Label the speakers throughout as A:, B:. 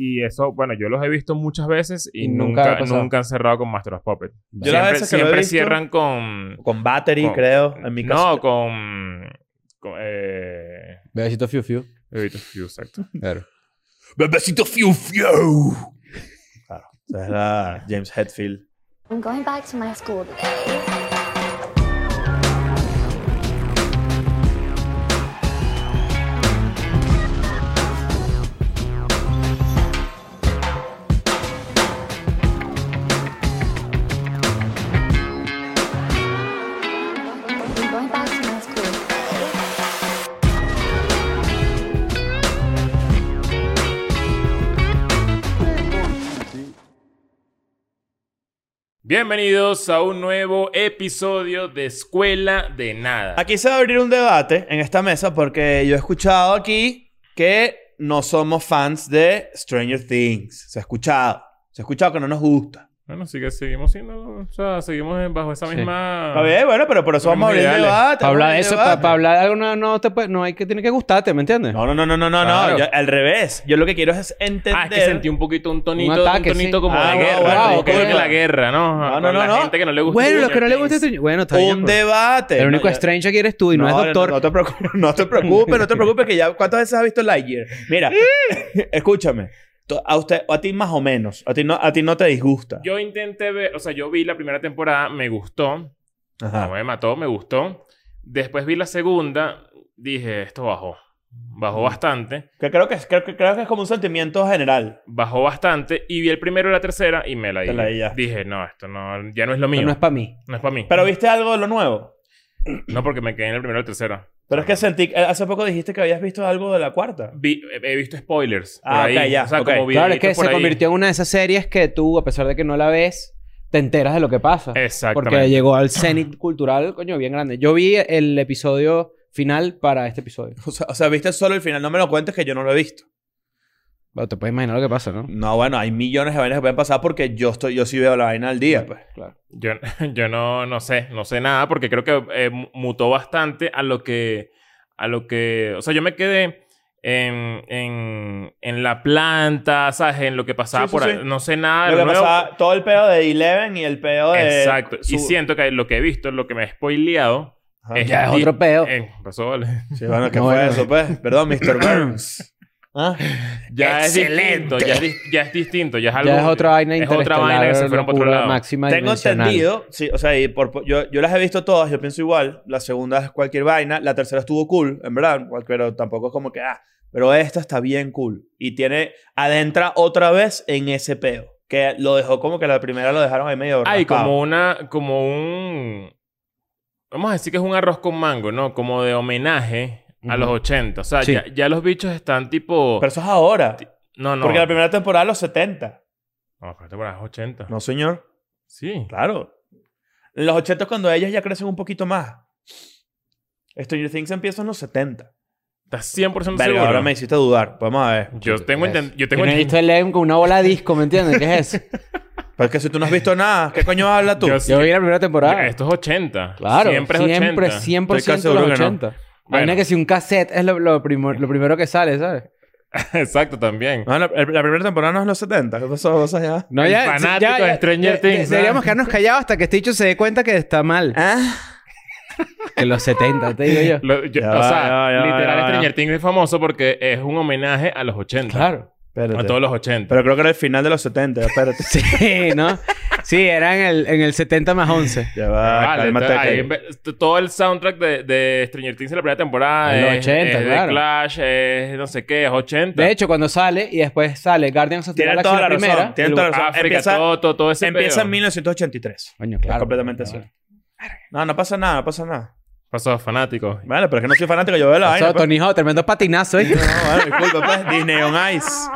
A: Y eso, bueno, yo los he visto muchas veces y,
B: Y nunca ha
A: nunca,
B: pasado.
A: nunca han cerrado con Master of Puppet.
C: Yo las
A: siempre
C: veces que lo he
A: siempre
C: visto-
A: cierran con.
C: Con Battery,
A: Con-
C: creo. En mi caso.
A: No, con. con eh,
B: Bebecito Fiu Fiu.
A: Bebitos Fiu, exacto.
B: Claro.
C: Bebecito Fiu Fiu. Claro. Esa es la James Hetfield.
D: I'm going back to my school today. I'm going back to my school.
A: Bienvenidos a un nuevo episodio de Escuela de Nada.
C: Aquí se va a abrir un debate en esta mesa porque yo he escuchado aquí que no somos fans de Stranger Things. Se ha escuchado. Se ha escuchado que no nos gusta.
A: Bueno, sí que seguimos siendo. O sea, seguimos en- bajo esa
B: Sí.
A: misma.
C: Está bien, bueno, pero por eso
A: Tenemos
C: vamos a abrir el
A: Ah. ideales.
C: debate.
B: Para hablar de
C: vamos a
B: eso,
C: abrir el
B: para,
C: debate.
B: hablar de algo, no, no, te puede- no hay que, tiene que gustarte, ¿me entiendes?
C: No, no, no, no, no, no,
B: Claro.
C: no. Yo- al revés. Yo lo que quiero es entender.
A: Ah, es que sentí un poquito un tonito,
B: Un
A: un,
B: ataque,
A: tonito
B: sí.
A: como
C: Ah,
A: de
C: wow,
A: guerra.
C: wow,
A: como que
C: ok.
A: viene la guerra, ¿no?
C: No, no,
A: Con
C: no,
A: la
C: no.
A: gente que no le gusta.
B: bueno, los
A: Stranger
B: que no le gusta
A: Things.
B: este... Bueno, está bien.
C: un
A: pues.
B: pero-
C: debate.
B: El único
C: No, ya-
B: stranger que eres tú y no, es doctor.
C: No, te preocupes, no te preocupes, no te preocupes, que ya ¿cuántas veces has visto Lightyear? Mira, escúchame. to- A usted, a ti más o menos. A ti no, a ti no te disgusta.
A: Yo intenté ver, o sea, yo vi la primera temporada, me gustó. No
C: Ajá.
A: me mató, me gustó. Después vi la segunda, dije, esto bajó.
C: Mm.
A: Bajó bastante,
C: Que creo que es, creo que creo que es como un sentimiento general.
A: bajó bastante. Y vi el primero y la tercera y me la
C: Te la di ya.
A: dije. Dije, no, esto no, ya no es lo mío.
B: Pero no es para mí.
A: para mí.
C: Pero viste algo de lo nuevo.
A: No, porque me quedé en el primero y la tercera.
C: Pero es que sentí, eh, hace poco dijiste que habías visto algo de la cuarta.
A: Vi- he visto spoilers. por
C: Ah,
A: ahí.
C: ok, ya,
A: O sea,
C: ok.
A: como videitos
B: Claro, es que
A: por
B: se
A: ahí.
B: convirtió en una de esas series que tú, a pesar de que no la ves, te enteras de lo que pasa.
A: Exactamente.
B: Porque llegó al cenit cultural, coño, bien grande. Yo vi el episodio final para este episodio.
C: O sea, o sea, viste solo el final. No me lo cuentes que yo no lo he visto.
B: Bueno, te puedes imaginar lo que pasa, ¿no?
C: No, bueno, hay millones de vainas que pueden pasar porque yo estoy, yo sí veo la vaina al día, pues.
B: Claro.
A: Yo, yo no, no sé, no sé nada, porque creo que eh, mu- mutó bastante a lo que. A lo que. O sea, yo me quedé en, en, en la planta, ¿sabes? En lo que pasaba
C: Sí, sí,
A: por
C: sí.
A: ahí. No sé nada. de
C: Ah, Lo que
A: lo nuevo.
C: pasaba- todo el pedo de Eleven y el pedo de.
A: Exacto. Y
C: su-
A: siento que lo que he visto, lo que me he spoileado.
C: Ajá.
B: Ya es otro
C: Oh.
B: peo.
A: eh, pasó, vale.
C: Sí, bueno, ¿qué
B: No,
C: fue
B: bueno.
C: eso, pues? Perdón, Mr. Burns. ¿Ah?
A: Ya
C: Excelente.
A: Es distinto, ya, es, di- ya es distinto, ya es algo.
B: Ya es otra vaina
A: es otra vaina que se fueron por otro
B: locura
A: lado.
B: Máxima
C: Tengo
B: dimensional.
C: entendido, sí, o sea, y por- por- yo, yo las he visto todas, yo pienso igual. La segunda es cualquier vaina, la tercera estuvo cool, en verdad, cual- pero tampoco es como que, ah, pero esta está bien cool. Y tiene, adentra otra vez en ese peo, que lo dejó como que la primera lo dejaron ahí medio
A: Hay
C: raspado.
A: como una. Como un. Vamos a decir que es un arroz con mango, ¿no? Como de homenaje a
B: Ujú.
A: los 80. O sea,
B: Sí.
A: ya, ya los bichos están tipo.
C: Pero eso es ahora,
A: no, no.
C: porque la primera temporada los 70.
A: No, pero temporada es 80.
C: No, señor.
A: Sí.
C: Claro. En los 80 es cuando ellos ya crecen un poquito más. Stranger Things empieza en los 70.
A: Estás 100%
C: Verga,
A: seguro.
C: ahora me hiciste dudar. Vamos a ver.
A: Yo tengo
B: Yes.
A: inten- Yo
B: Yo
A: tengo
B: no he visto el Lem con una bola de disco, ¿me entiendes? ¿Qué es eso?
C: Pero es que si tú no has visto nada, ¿qué coño hablas tú?
A: Yo-
B: Yo vi la primera temporada.
A: Esto es 80.
B: Claro,
A: Siempre es 80.
B: 100%
C: Estoy casi
B: de
C: seguro
B: los
C: que no.
B: 80.
A: Bueno.
B: Imagina que si un cassette es lo, lo primo- lo primero que sale, ¿sabes?
A: Exacto, también.
C: Ah, No, la, el- la primera temporada no es los 70. ¿Qué pasó? ¿Vos allá?
B: No,
A: El fanático de Stranger
B: de- de-
A: Things, ¿eh?
B: Deberíamos quedarnos callados hasta que este dicho se dé cuenta que está mal.
C: ¿Ah?
B: Que los 70, te digo yo.
A: Lo- yo-
C: Ya
A: o
C: va,
A: sea,
C: ya va, ya
A: literal,
C: va, ya
A: Stranger
C: va.
A: Things es famoso porque es un homenaje a los 80.
B: Claro.
A: A todos los 80.
C: Pero creo que era el final de los 70. Espérate.
B: Sí, ¿no? Sí, era en el, en el 70 más 11.
C: Ya va,
A: Vale,
C: Ah, cálmate.
A: entonces, ahí
C: que-
A: en vez- t- todo el soundtrack de, de Stranger Things en la primera temporada
B: En los
A: es,
B: 80,
A: es
B: claro.
A: de Clash, es no sé qué, es 80.
B: De hecho, cuando sale y después sale Guardians of the
C: Tienen
B: Galaxy
C: toda la razón,
B: primera.
C: tienen
B: el-
C: toda la razón.
A: África,
C: Empieza-
A: todo, todo, todo ese
C: Empieza
A: pedo.
C: en 1983.
B: Coño,
C: Es
B: claro.
C: completamente
B: claro.
C: cierto. No, no pasa nada, no pasa nada.
A: Pasó fanático.
C: Vale, pero es que no soy fanático. Yo veo la
B: Eso,
C: vaina. pues.
B: Tony Hawk, tremendo patinazo. ¿eh?
C: No, bueno, disculpa, pues. Disney on Ice.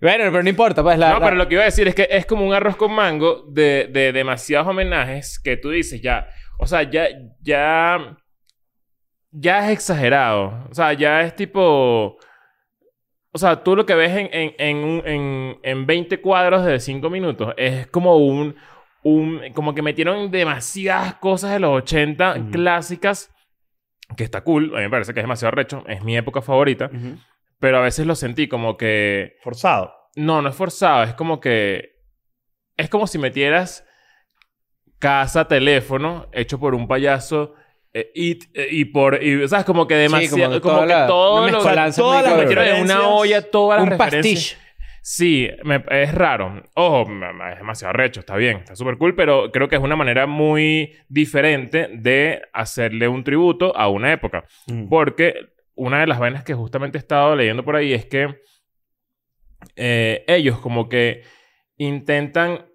B: bueno, pero no importa, pues la.
A: no,
B: la-
A: pero lo que iba a decir es que es como un arroz con mango de, de demasiados homenajes que tú dices ya. O sea, ya, ya. Ya es exagerado. O sea, ya es tipo. O sea, tú lo que ves en, en, en, un- en, en 20 cuadros de 5 minutos es como un, un. Como que metieron demasiadas cosas de los 80
B: Ujú.
A: clásicas. Que está cool. A mí me parece que es demasiado recho. Es mi época favorita.
B: Ujú.
A: Pero a veces lo sentí como que...
C: Forzado.
A: No, no es forzado. Es como que... Es como si metieras casa, teléfono, hecho por un payaso, eh, y, y por... y, ¿Sabes? Como que
B: Sí,
A: demasiado... como,
B: toda
A: que
B: la-
A: todo
B: una
A: lo...
B: mezcolanza
C: todas
B: muy
C: las
A: lo
B: cabrona.
A: metieron en una
C: referencias.
A: olla todas las
B: Un
A: referencias.
B: pastiche.
A: Sí, me- es raro. Ojo, ma- ma- es demasiado recho, está bien, está súper cool, pero creo que es una manera muy diferente de hacerle un tributo a una época. Porque una de las vainas que justamente he estado leyendo por ahí es que eh, ellos como que intentan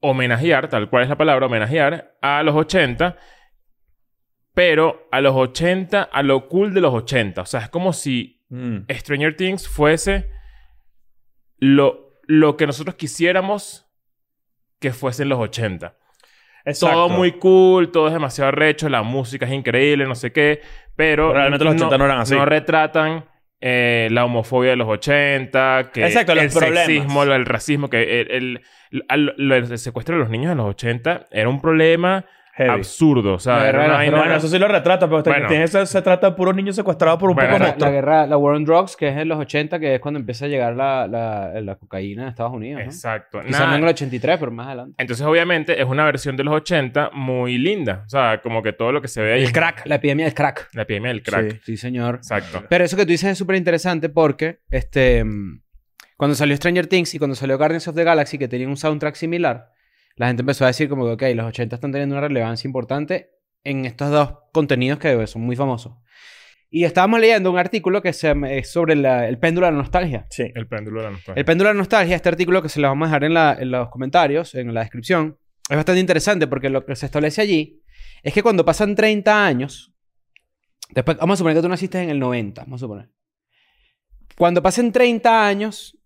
A: homenajear, tal cual es la palabra, homenajear a los 80, pero a los 80, a lo cool de los 80. O sea, es como si
C: Mm.
A: Stranger Things fuese lo, lo que nosotros quisiéramos que fuese en los 80.
C: Exacto.
A: Todo muy cool, todo es demasiado recho, la música es increíble, no sé qué, pero...
C: Pero realmente los 80 no eran así.
A: No retratan eh, la homofobia de los 80, que
C: Exacto, los
A: el
C: problemas.
A: sexismo, lo- el racismo, que el, el- el- al- lo- el secuestro de los niños en los 80 era un problema
C: Heavy.
A: absurdo, o sea,
B: La
A: era
B: guerra de
A: una
B: las
A: vaina-
B: drogas.
C: Bueno, eso sí lo retrata, pero
A: Bueno.
C: tiene- se, se trata de puros niños secuestrados por un
A: Bueno,
C: poco
B: La-
A: exacto.
B: La guerra, la War on Drugs, que es en los 80, que es cuando empieza a llegar la, la, la cocaína a Estados Unidos. ¿no?
A: Exacto.
B: Quizás
A: Nada.
B: no en el 83, pero más adelante.
A: Entonces, obviamente, es una versión de los 80 muy linda. O sea, como que todo lo que se ve ahí.
C: El crack.
B: La epidemia del crack.
A: La epidemia del crack.
C: Sí.
B: Sí, señor.
A: Exacto.
B: Pero eso que tú dices es súper interesante porque este, mm, cuando salió Stranger Things y cuando salió Guardians of the Galaxy, que tenían un soundtrack similar, la gente empezó a decir como que, ok, los 80 están teniendo una relevancia importante en estos dos contenidos que son muy famosos. Y estábamos leyendo un artículo que se, es sobre la- el péndulo de la nostalgia.
C: Sí.
A: El péndulo de la nostalgia.
B: El péndulo de la nostalgia, este artículo que se lo vamos a dejar en, la- en los comentarios, en la descripción, es bastante interesante porque lo que se establece allí es que cuando pasan 30 años, después, vamos a suponer que tú naciste en el 90, vamos a suponer. Cuando pasen 30 años,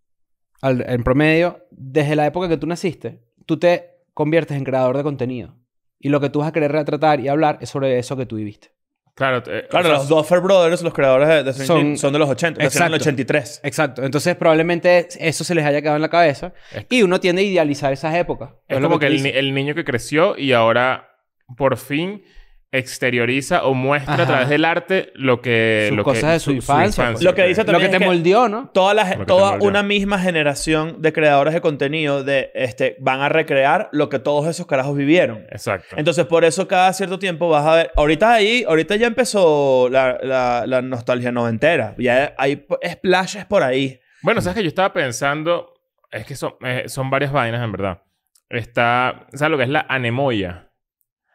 B: al- en promedio, desde la época que tú naciste, tú te conviertes en creador de contenido. Y lo que tú vas a querer retratar y hablar es sobre eso que tú viviste.
A: Claro, eh,
C: Claro,
A: o sea,
C: los Duffer Brothers, los creadores de, de Stranger
B: Son-
C: Things, son de los 80. Nacieron en el
B: Exacto.
C: 83.
B: Exacto. Entonces, probablemente eso se les haya quedado en la cabeza.
A: Es-
B: Y uno tiende a idealizar esas épocas.
A: es
B: lo
A: como que
B: tú
A: el,
B: dices.
A: ni- el niño que creció y ahora por fin exterioriza o muestra
B: Ajá.
A: a través del arte lo que...
B: Sus
A: lo
B: cosas
A: que,
B: de su infancia, pues.
C: Lo que dice
B: Lo que
C: También
B: te
C: es que-
B: moldeó, ¿no?
C: Toda, la-
A: Lo que
C: toda
A: tengo yo.
C: una misma generación de creadores de contenido de, este, van a recrear lo que todos esos carajos vivieron.
A: Exacto.
C: Entonces, por eso cada cierto tiempo vas a ver. Ahorita ahí, ahorita ya empezó la, la- la nostalgia noventera. Ya hay p- splashes por ahí.
A: Bueno, sabes que yo estaba pensando... Es que son, eh, son varias vainas, en verdad. Está... ¿Sabes lo que es la anemoya?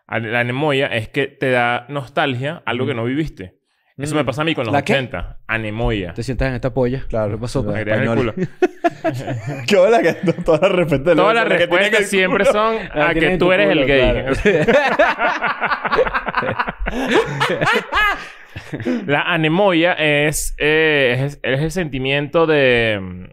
A: A- La anemoya es que te da nostalgia algo que no viviste. Eso
C: Mm.
A: me pasa a mí con los
B: ¿La qué?
A: 80. Anemoya.
B: Te sientas en esta polla. Claro. ¿Qué pasó?
A: Me
B: pues?
A: creías el
C: español.
A: culo.
C: Qué hola que todas las respuestas.
A: Todas las respuestas siempre son
B: La
A: a
B: tienes
A: Ah, que
B: Ah, en
A: tú
B: tu
A: eres
B: culo,
A: el gay. La anemoya es, eh, es, es el sentimiento de,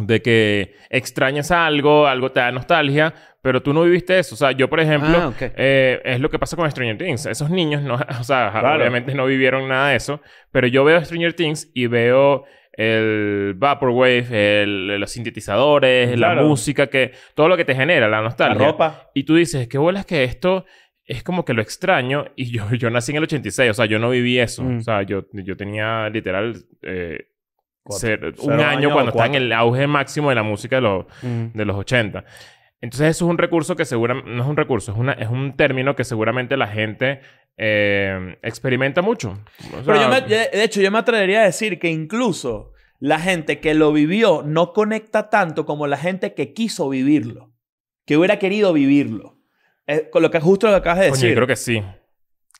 A: de que extrañas algo, algo te da nostalgia, pero tú no viviste eso. O sea, yo, por ejemplo,
B: Ah, ok.
A: eh, es lo que pasa con Stranger Things. Esos niños, no, o sea,
C: Claro.
A: obviamente no vivieron nada de eso, pero yo veo Stranger Things y veo el Vaporwave, el- los sintetizadores, la
C: Claro.
A: música, que todo lo que te genera, la
C: La
A: nostalgia.
C: ropa.
A: Y tú dices, qué bolas que esto es como que lo extraño. Y yo, yo nací en el 86, o sea, yo no viví eso.
B: Mm.
A: O sea, yo, yo tenía literal eh,
C: Cuatro.
A: ser- un
C: Cero
A: año
C: años
A: cuando
C: o
A: estaba en
C: cuatro.
A: el auge máximo de la música de los,
B: Mm.
A: de los 80. Entonces eso es un recurso que seguramente... No es un recurso, es, una, es un término que seguramente la gente eh, experimenta mucho. O
C: Pero yo
A: sea,
C: me- de de hecho, yo me atrevería a decir que incluso la gente que lo vivió no conecta tanto como la gente que quiso vivirlo, que hubiera querido vivirlo. Es con lo que justo lo que acabas de
A: Coño,
C: decir.
A: yo creo que sí.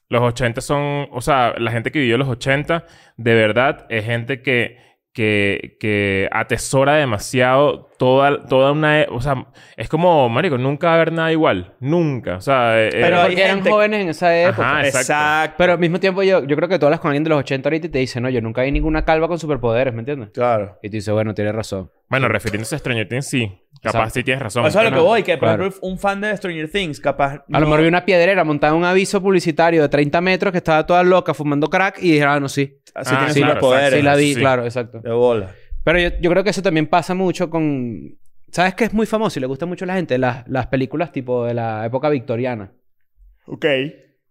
A: Los 80 son, o sea, la gente que vivió los 80, de verdad, es gente que, que, que atesora demasiado toda, toda una... e- O sea, es como, marico, nunca va a haber nada igual. Nunca. O sea, eh, eh,
C: Pero hay
B: Porque eran
C: gente-
B: jóvenes en esa época.
A: Ajá, ah, exacto.
C: Exacto.
B: Pero al mismo tiempo yo, yo creo que tú hablas con alguien de los 80 ahorita y te dicen, no, yo nunca vi ninguna calva con superpoderes, ¿me entiendes?
C: Claro.
B: Y tú dices, bueno, tienes razón.
A: Bueno, refiriéndose a Stranger Things, sí. Capaz
B: Exacto.
A: sí tienes razón.
C: Eso es a lo que
A: Pero-
C: voy, que por
B: Claro.
C: ejemplo un fan de Stranger Things capaz...
B: A lo mejor vi una piedrera montada en un aviso publicitario de 30 metros que estaba toda loca fumando crack y dijeron, ah, no, sí.
C: Así
A: Ah,
C: tiene
A: sí,
C: sus
A: claro,
C: poderes.
B: Sí la vi,
A: sí.
B: claro, exacto.
C: De bola.
B: Pero yo, yo creo que eso también pasa mucho con... ¿Sabes qué es muy famoso y le gusta mucho a la gente? Las, las películas tipo de la época victoriana.
C: Ok.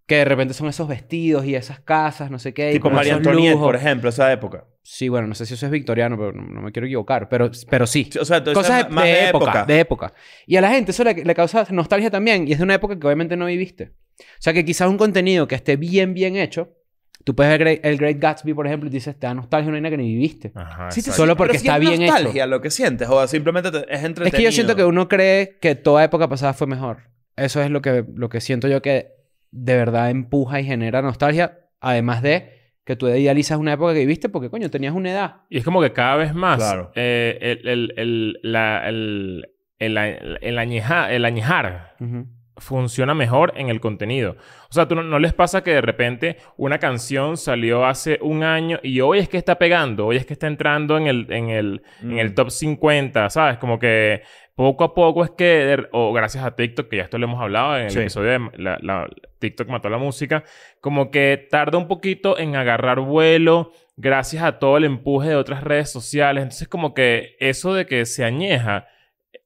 B: Que de repente son esos vestidos y esas casas, no sé qué. y
C: Tipo
B: como
C: María
B: esos
C: Antonieta,
B: lujos.
C: por ejemplo, esa época.
B: Sí, bueno, no sé si eso es victoriano, pero no, no me quiero equivocar. Pero, pero sí.
C: Sí, O sea, entonces
B: Cosas
C: es
B: de,
C: más
B: de época, De época. Y a la gente eso le, le causa nostalgia también. Y es de una época que obviamente no viviste. O sea, que quizás un contenido que esté bien, bien hecho. Tú puedes ver Great- el Great Gatsby, por ejemplo, y dices, te da nostalgia una vaina que ni viviste.
A: Ajá,
C: Sí, te-
A: exacto.
B: Solo porque
C: pero sí
B: está
C: es
B: bien
C: nostalgia lo que sientes, o simplemente te- es entretenido.
B: Es que yo siento que uno cree que toda época pasada fue mejor. Eso es lo que, lo que siento yo que de verdad empuja y genera nostalgia. Además de que tú idealizas una época que viviste porque, coño, tenías una edad.
A: Y es como que cada vez más
C: Claro.
A: eh, el, el, el, la- el, el, a- el añeja- el añejar funciona mejor en el contenido. O sea, ¿tú no, no les pasa que de repente una canción salió hace un año y hoy es que está pegando, hoy es que está entrando en el, en el, en el
C: Mm.
A: top 50, ¿sabes? Como que poco a poco es que, de- o gracias a TikTok, que ya esto lo hemos hablado en el
C: Sí.
A: episodio de la, la- TikTok mató la música, como que tarda un poquito en agarrar vuelo gracias a todo el empuje de otras redes sociales. Entonces, como que eso de que se añeja,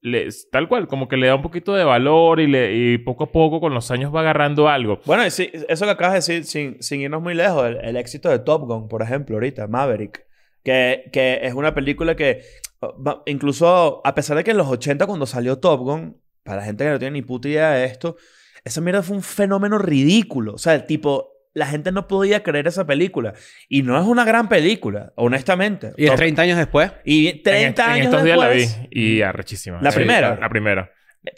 A: le- tal cual, como que le da un poquito de valor y, le, y poco a poco con los años va agarrando algo.
C: Bueno, y sí, eso que acabas de decir, sin, sin irnos muy lejos, el, el éxito de Top Gun, por ejemplo, ahorita, Maverick, que, que es una película que, uh, va- incluso a pesar de que en los 80 cuando salió Top Gun, para la gente que no tiene ni puta idea de esto, esa mierda fue un fenómeno ridículo. O sea, el tipo, la gente no podía creer esa película. Y no es una gran película, honestamente.
B: Y es
C: Top-
B: 30 años después.
C: y
A: En
C: 30
A: est- en
C: años
A: estos
C: después,
A: días la vi y arrechísima.
C: ¿La primera?
A: La, la primera.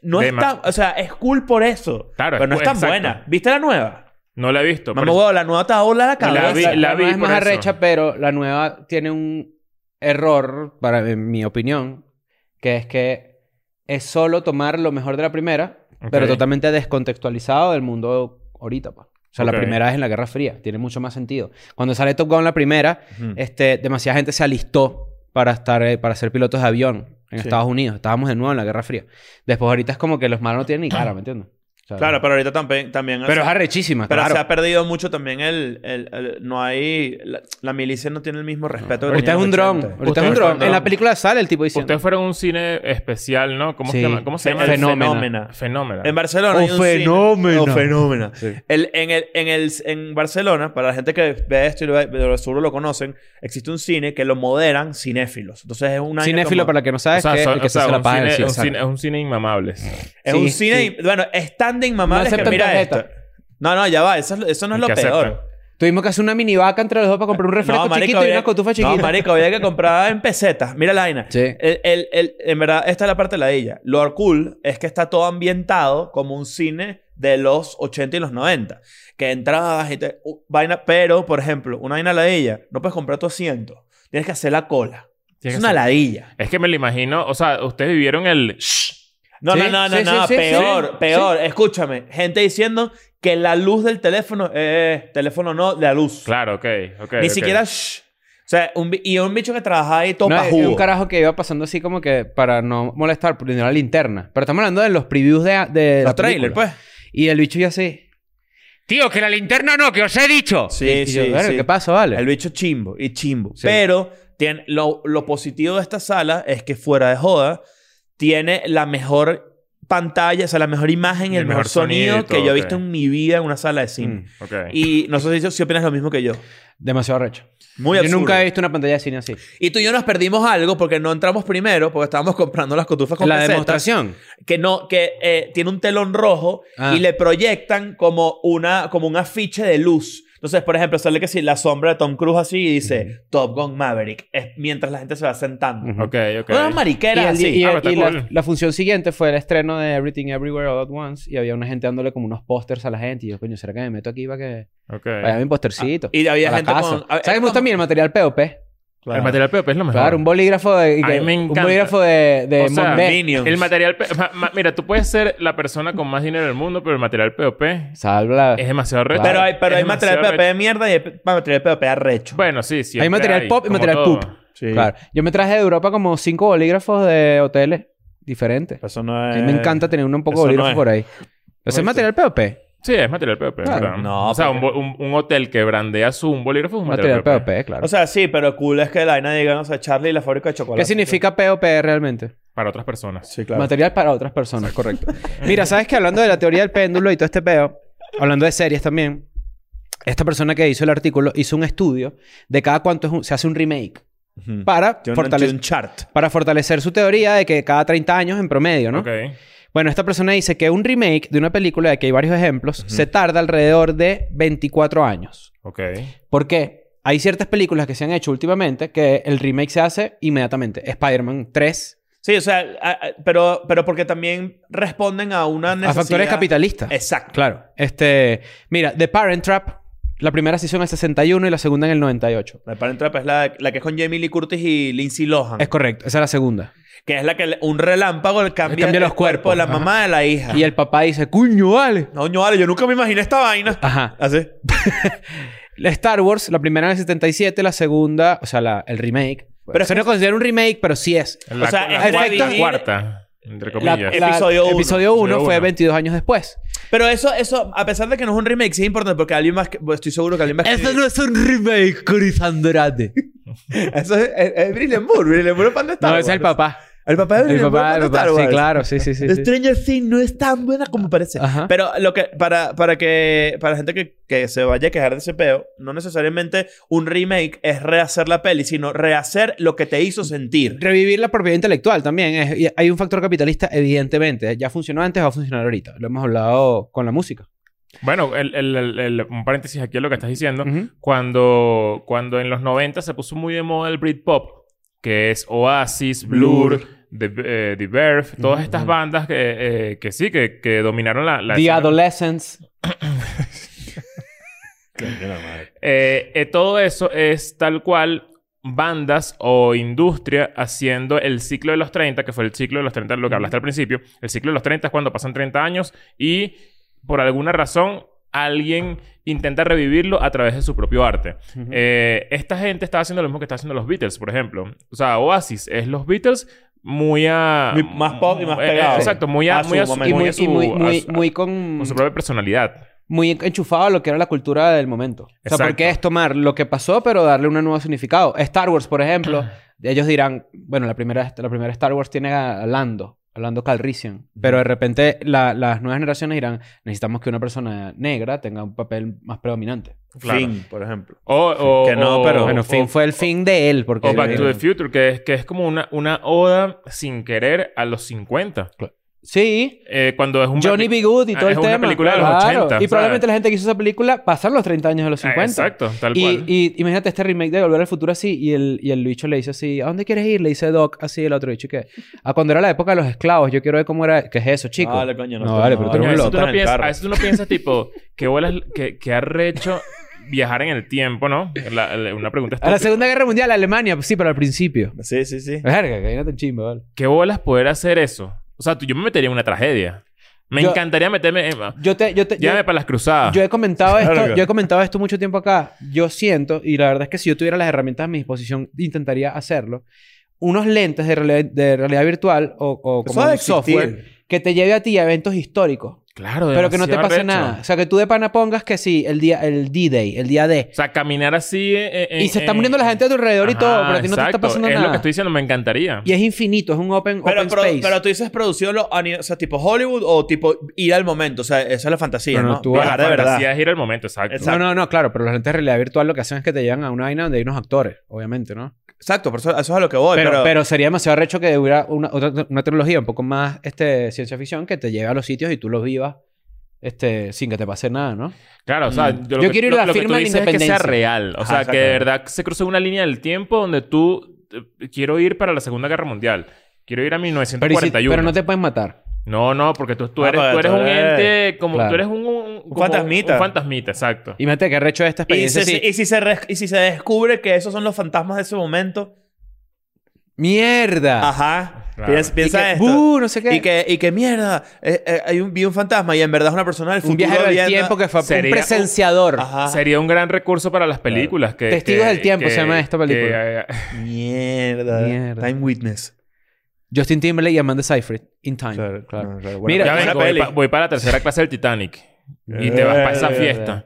C: no
A: de
C: es
A: más.
C: tan, o sea, es cool por eso.
A: Claro,
C: pero no
A: es-
C: es tan
A: exacto.
C: buena. ¿Viste la nueva?
A: No la he visto.
C: Mamá,
A: pero-
C: huevo, la nueva está hola la cabeza.
A: vi- la vi
B: nueva es
A: por
B: más
A: eso.
B: arrecha, pero la nueva tiene un error, para, en mi opinión, que es que es solo tomar lo mejor de la primera, pero
A: Ok.
B: totalmente descontextualizado del mundo ahorita, pa. O sea,
A: Ok.
B: la primera es en la Guerra Fría. Tiene mucho más sentido. Cuando sale Top Gun la primera,
A: Mm.
C: Ujú.
B: este, demasiada gente se alistó para estar, eh, para ser pilotos de avión en
C: Sí.
B: Estados Unidos. Estábamos de nuevo en la Guerra Fría. Después ahorita es como que los malos no tienen ni cara, ¿me entiendes? O sea,
C: Claro, pero ahorita también... también
B: Pero es arrechísima,
C: pero
B: claro.
C: se ha perdido mucho también el... el- el- no hay... La, la milicia no tiene el mismo respeto. que
B: Ahorita es
C: tenía
B: un
C: en los
B: dron. Ahorita
C: 80.
B: es un
A: Ustedes
B: dron.
A: fueron-
B: En la película sale el tipo diciendo.
A: Ustedes fueron a un cine especial, ¿no? ¿Cómo
B: Sí.
A: se llama? ¿Cómo se
C: El
A: llama?
B: Fenómeno.
C: fenómeno.
A: Fenómeno.
C: En Barcelona
B: Oh,
C: hay un
B: fenómeno.
C: cine- Oh, fenómeno.
B: Sí.
C: El- en, el, en, el, en Barcelona, para la gente que ve esto y lo, ve- seguro lo conocen, existe un cine que lo moderan cinéfilos. Entonces es un año
B: Cinéfilo,
C: como-
B: para el que no
A: O
B: sabes,
A: sea,
B: que,
A: so-
B: el que
A: o sea,
B: se hace la
A: un
B: paja del
A: cine-
B: cielo.
A: un cine- es un cine inmamables.
C: Es
B: Sí,
C: un cine...
B: sí.
C: Bueno, es tan de inmamable
B: No
C: que
B: aceptan
C: mira
B: tarjeta.
C: esto. No, no, ya va. Eso, es- eso no es lo
A: Que aceptan.
C: peor.
B: Tuvimos que hacer una mini vaca entre los dos para comprar un refresco
C: marico,
B: chiquito y
C: había-
B: una cotufa chiquita.
C: No, marico, había que comprar en pesetas. Mira la vaina.
B: Sí.
C: El- el- el- en verdad, esta es la parte de la ella. Lo cool es que está todo ambientado como un cine de los 80 y los 90. Que entrabas y te... uh, vaina, pero, por ejemplo, una vaina ladilla, no puedes comprar tu asiento. Tienes que hacer la cola.
A: Tiene que
C: es una
A: ser-
C: ladilla.
A: Es que me lo imagino, o sea, ustedes vivieron el
C: No,
B: Sí,
C: no, no, no,
B: sí,
C: no,
B: sí, sí,
C: peor,
B: sí.
C: peor. Escúchame, gente diciendo que la luz del teléfono, eh, teléfono no, la luz.
A: Claro, ok, ok.
C: Ni
A: ok.
C: siquiera shh. O sea, un, bi- y un bicho que trabajaba ahí
B: No,
C: topa
B: es- es
C: jugo.
B: un carajo que iba pasando así como que para no molestar, prendiendo la linterna. Pero estamos hablando de los previews de, de la
C: Los trailers,
B: película.
C: pues.
B: Y el bicho ya así. Tío, que la linterna no, que os he dicho.
C: Sí,
B: Y yo,
C: sí,
B: "Verga,
C: sí.
B: ¿Qué pasa, vale?
C: El bicho chimbo y chimbo.
B: Sí.
C: Pero tiene, lo, lo positivo de esta sala es que fuera de joda tiene la mejor pantalla, o sea, la mejor imagen y el, mejor, sonido,
A: y todo,
C: que yo he
A: ok.
C: visto en mi vida en una sala de cine.
B: Mm.
A: Ok.
C: Y no sé si, si opinas lo mismo que yo.
B: Demasiado recho.
C: Muy
B: yo
C: absurdo.
B: nunca he visto una pantalla de cine así.
C: Y tú y yo nos perdimos algo porque no entramos primero porque estábamos comprando las cotufas con
B: la
C: pesetas,
B: demostración.
C: que no que eh, tiene un telón rojo
B: Ah.
C: y le proyectan como una como un afiche de luz. Entonces, por ejemplo, sale que si la sombra de Tom Cruise así y dice Top Gun Maverick es mientras la gente se va sentando.
B: Ujú.
A: Ok, ok.
C: Una mariquera
B: Y, el-
C: así.
B: y-
A: Ah,
B: y
A: está
B: la,
A: cool.
B: la función siguiente fue el estreno de Everything Everywhere All At Once y había una gente dándole como unos pósters a la gente. Y yo, coño, ¿será que me meto aquí para que
A: ok.
B: vaya mi póstercito?
C: Ah, y
B: para
C: había
B: la
C: gente
B: casa.
C: con- a-
B: ¿Sabes qué me gusta a mí? El material POP.
C: Claro.
A: El material POP es lo mejor.
B: Claro, un bolígrafo de.
A: A mí me
B: un
A: encanta.
B: bolígrafo de, de
A: O sea,
B: Mondé.
C: Minions.
A: El material P- ma- ma- mira, tú puedes ser la persona con más dinero del mundo, pero el material POP
B: Salva la-
A: es demasiado recho.
C: Pero hay, pero
A: Es
C: hay material
A: demasiado
C: POP de mierda y hay pe- material POP arrecho.
A: recho. Bueno, sí, sí.
B: Hay material pop y material poop.
C: Sí.
B: Claro. Yo me traje de Europa como cinco bolígrafos de hoteles diferentes.
C: Eso no
B: A
C: es...
B: mí me encanta tener un poco
C: Pues, eh, eso no
B: bolígrafo
C: es.
B: por ahí. Ese es material POP.
A: Sí, es material POP.
B: Claro.
A: ¿verdad?
C: No,
A: o sea, un, bo- un- un hotel que brandea su un bolígrafo es un material,
B: Material POP, claro.
C: O sea, sí, pero cool es que la vaina diga, o sea, Charlie y la fábrica de chocolate.
B: ¿Qué significa POP realmente?
A: para otras personas.
C: Sí, claro.
B: Material para otras personas, correcto. Mira, sabes que hablando de la teoría del péndulo y todo este peo, hablando de series también, esta persona que hizo el artículo hizo un estudio de cada cuánto es un- se hace un remake
C: Ujú.
B: para,
C: Tiene un-
B: fortalecer,
C: tiene un chart.
B: para fortalecer su teoría de que cada 30 años en promedio, ¿no?
A: Ok.
B: Bueno, esta persona dice que un remake de una película, de que hay varios ejemplos, se tarda alrededor de 24 años.
A: Ok.
B: ¿Por qué? Hay ciertas películas que se han hecho últimamente que el remake se hace inmediatamente. Spider-Man 3.
C: Sí, o sea, a- a- pero, pero porque también responden a una
B: A
C: necesidad.
B: factores capitalistas.
C: Exacto.
B: Claro. Este, mira, The Parent Trap. La primera se hizo en el 61 y la segunda en el 98.
C: La de Parent Trap es la, la que es con Jamie Lee Curtis y Lindsay Lohan.
B: Es correcto. Esa es la segunda.
C: que es la que le- un relámpago le cambia,
B: Cambia los
C: el cuerpo
B: cuerpos.
C: de la
B: Ajá.
C: mamá de la hija.
B: Y el papá dice, ¡cuño, vale!
C: No, no, vale, yo nunca me imaginé esta vaina.
B: Ajá.
C: Así.
B: La Star Wars, la primera en el 77, la segunda, o sea, la- el remake.
C: Pero
B: Pero
C: es
B: se
C: que-
B: no considera un remake, pero sí es.
A: La,
C: O sea,
A: la
C: es
A: cuarta,
C: dividir-
A: cuarta, entre
B: La-
A: comillas.
B: la-
C: Episodio uno.
B: episodio 1
A: Episodio
B: fue
A: uno.
B: 22 años después.
C: Pero eso, eso, a pesar de que no es un remake, sí es importante porque alguien más, que- pues, estoy seguro que alguien más.
B: es un remake, Corizandorate.
C: Eso es, es, es Brilliant Moore. Brilliant Moore es fan de Star
B: No,
C: Wars.
B: ese es el papá.
C: El papá de
B: El
C: Brilliant Moore
B: papá,
C: es
B: el
C: fan
B: papá.
C: de Star
B: Sí,
C: Wars.
B: claro, sí, sí, sí. sí.
C: Stranger Things no es tan buena
A: Ah,
C: como parece.
B: Ajá.
C: Pero lo que, para, para que, para la gente que, que se vaya a quejar de ese peo, no necesariamente un remake es rehacer la peli, sino rehacer lo que te hizo sentir.
B: Revivir la propiedad intelectual también. es- y hay un factor capitalista, evidentemente. Ya funcionó antes, va a funcionar ahorita. Lo hemos hablado con la música.
A: Bueno, el, el- el- el- un paréntesis aquí a lo que estás diciendo.
B: Ujú.
A: Cuando, cuando en los 90 se puso muy de moda el Britpop, que es Oasis, Blur, The, eh, The Verve, todas estas bandas que, eh, que sí, que, que dominaron la... la
B: The
A: escena.
B: Adolescence.
A: Eh, eh, todo eso es tal cual bandas o industria haciendo el ciclo de los 30, que fue el ciclo de los 30, lo que hablaste al principio. El ciclo de los 30 es cuando pasan 30 años y por alguna razón alguien intenta revivirlo a través de su propio arte. Eh, esta gente está haciendo lo mismo que está haciendo los Beatles, por ejemplo. O sea, Oasis es los Beatles muy a...
C: Muy- más pop y más
A: eh, eh,
C: pegado.
A: Exacto, muy a,
C: A su
A: muy a su,
C: momento.
B: Y
A: pues, muy a
B: muy, y
A: su-
B: muy,
A: a
B: muy,
A: su-
B: muy con,
A: con su propia personalidad.
B: muy enchufado a lo que era la cultura del momento. O sea,
A: Exacto.
B: porque es tomar lo que pasó, pero darle un nuevo significado. Star Wars, por ejemplo, ellos dirán, bueno, la primera, la primera Star Wars tiene a Lando, a Lando Calrissian. Pero de repente la- las nuevas generaciones dirán, necesitamos que una persona negra tenga un papel más predominante.
A: Claro.
C: Finn, por ejemplo.
A: O, o-
C: Que no,
A: o-
C: pero-
B: Bueno,
A: o-
B: Finn fue el fin de él, porque...
A: O Back to the Future, que es, que es como una, una oda sin querer a los 50.
B: Sí.
A: Eh, cuando es un...
B: Johnny B. Good y todo
A: Ah, es
B: el
A: una
B: tema.
A: película de los 80,
B: Y
A: ¿sabes?
B: probablemente la gente que hizo esa película pasaron los 30 años de los
A: Eh,
B: 50.
A: Exacto, tal
B: Y,
A: cual.
B: y imagínate este remake de Volver al Futuro así y el, y el bicho le dice así, ¿a dónde quieres ir? Le dice Doc así el otro bicho que, a cuando era la época de los esclavos, yo quiero ver cómo era, ¿qué es eso, chico?
C: Vale, coño, no
B: no,
C: estoy-
B: vale,
C: no,
B: pero tú
A: Coño,
B: eres un
A: eso
B: loco.
A: tú no
C: en el
A: piensas-
C: carro.
A: a eso tú no piensas, tipo, que bolas, que, que arrecho viajar en el tiempo, ¿no? La- la- una pregunta
B: A la
A: estúpida.
B: Segunda Guerra Mundial, a Alemania, pues sí, pero al principio.
C: Sí, sí, sí.
B: Verga, que ahí no te chimba, vale.
A: ¿Qué bolas poder hacer eso? O sea, tú- yo me metería en una tragedia. Me
B: Yo-
A: encantaría meterme en... ah,
B: Yo te, yo te, yo,
A: Llévame para las cruzadas.
B: yo he comentado esto,
C: Verga.
B: yo he comentado esto mucho tiempo acá. Yo siento, y la verdad es que si yo tuviera las herramientas a mi disposición, intentaría hacerlo. Unos lentes de realidad, de realidad virtual o, o
C: Eso
B: como
C: ha de
B: un
C: existir.
B: software que te lleve a ti a eventos históricos.
A: claro,
B: Pero que no te
A: demasiado
B: pase
A: arrecho.
B: nada. O sea, que tú de pana pongas que sí, el día el D-Day, el día D.
A: O sea, caminar así... eh, eh,
B: Y se está
A: eh,
B: muriendo la gente a tu alrededor y
A: ajá,
B: todo, pero a ti no te está
A: exacto.
B: pasando
A: Es
B: nada.
A: lo que estoy diciendo, me encantaría.
B: Y es infinito, es un open,
C: Pero,
B: open
C: pero,
B: space.
C: pero tú dices producción, lo- ani- o sea, tipo Hollywood o tipo ir al momento. O sea, esa es la fantasía,
B: No, no,
C: ¿no?
B: tú-
C: Viajar
A: la
C: de verdad.
A: fantasía es ir al momento, exacto.
C: Exacto.
B: No, no, no, claro, pero las lentes de realidad virtual lo que hacen es que te llevan a una vaina donde hay unos actores, obviamente, ¿no?
C: Exacto, por eso, eso es a lo que voy.
B: pero,
C: Pero,
B: pero sería demasiado recho que hubiera una, otra- una tecnología un poco más este, ciencia ficción que te lleve a los sitios y tú los vivas este, sin que te pase nada, ¿no?
A: Claro, o sea,
C: Mm.
A: yo, lo
B: Yo
A: que,
B: quiero ir
A: lo-
B: a la
A: lo que tú
B: firma de la
A: dices es que sea
B: independencia.
A: real. O sea,
C: Ajá,
A: que de
C: exacto.
A: verdad se cruce una línea del tiempo donde tú eh, quiero ir para la Segunda Guerra Mundial. Quiero ir a
B: Pero, y si-
A: 1941.
B: pero no te pueden matar.
A: No, no, porque tú, tú
C: Ah,
A: eres,
C: porque
A: tú eres
C: tú
A: un
C: eres-
A: ente como
B: Claro.
A: tú eres un, un- como
C: fantasmita.
A: Un fantasmita, exacto.
B: Imagínate que recho esta
C: y,
B: experiencia.
C: si,
B: así.
C: se- y si se res- y si se descubre que esos son los fantasmas de ese momento.
B: ¡Mierda!
C: Ajá.
A: Claro.
C: Piensa,
B: Y
C: piensa
B: que,
C: esto.
B: "Bu, no sé qué.
C: Y que, y que mierda, eh, eh, hay un, vi un fantasma y en verdad es una persona del futuro.
B: un viajero del
C: viendo-
B: tiempo que fue
A: Sería
B: un
A: un-
B: presenciador.
C: Ajá.
A: Sería un gran recurso para las películas. que-
B: Testigos
A: que-
B: del tiempo
A: que-
B: se llama esta película.
A: que, eh,
C: Mierda.
B: Mierda.
C: Time Witness.
B: Justin Timberlake y Amanda Seyfried. In Time.
C: No, claro,
B: Mira,
A: ya
C: buena
A: vengo, voy,
C: peli.
A: pa- voy para la tercera clase del Titanic. Y te vas para esa
C: Eh,
A: fiesta.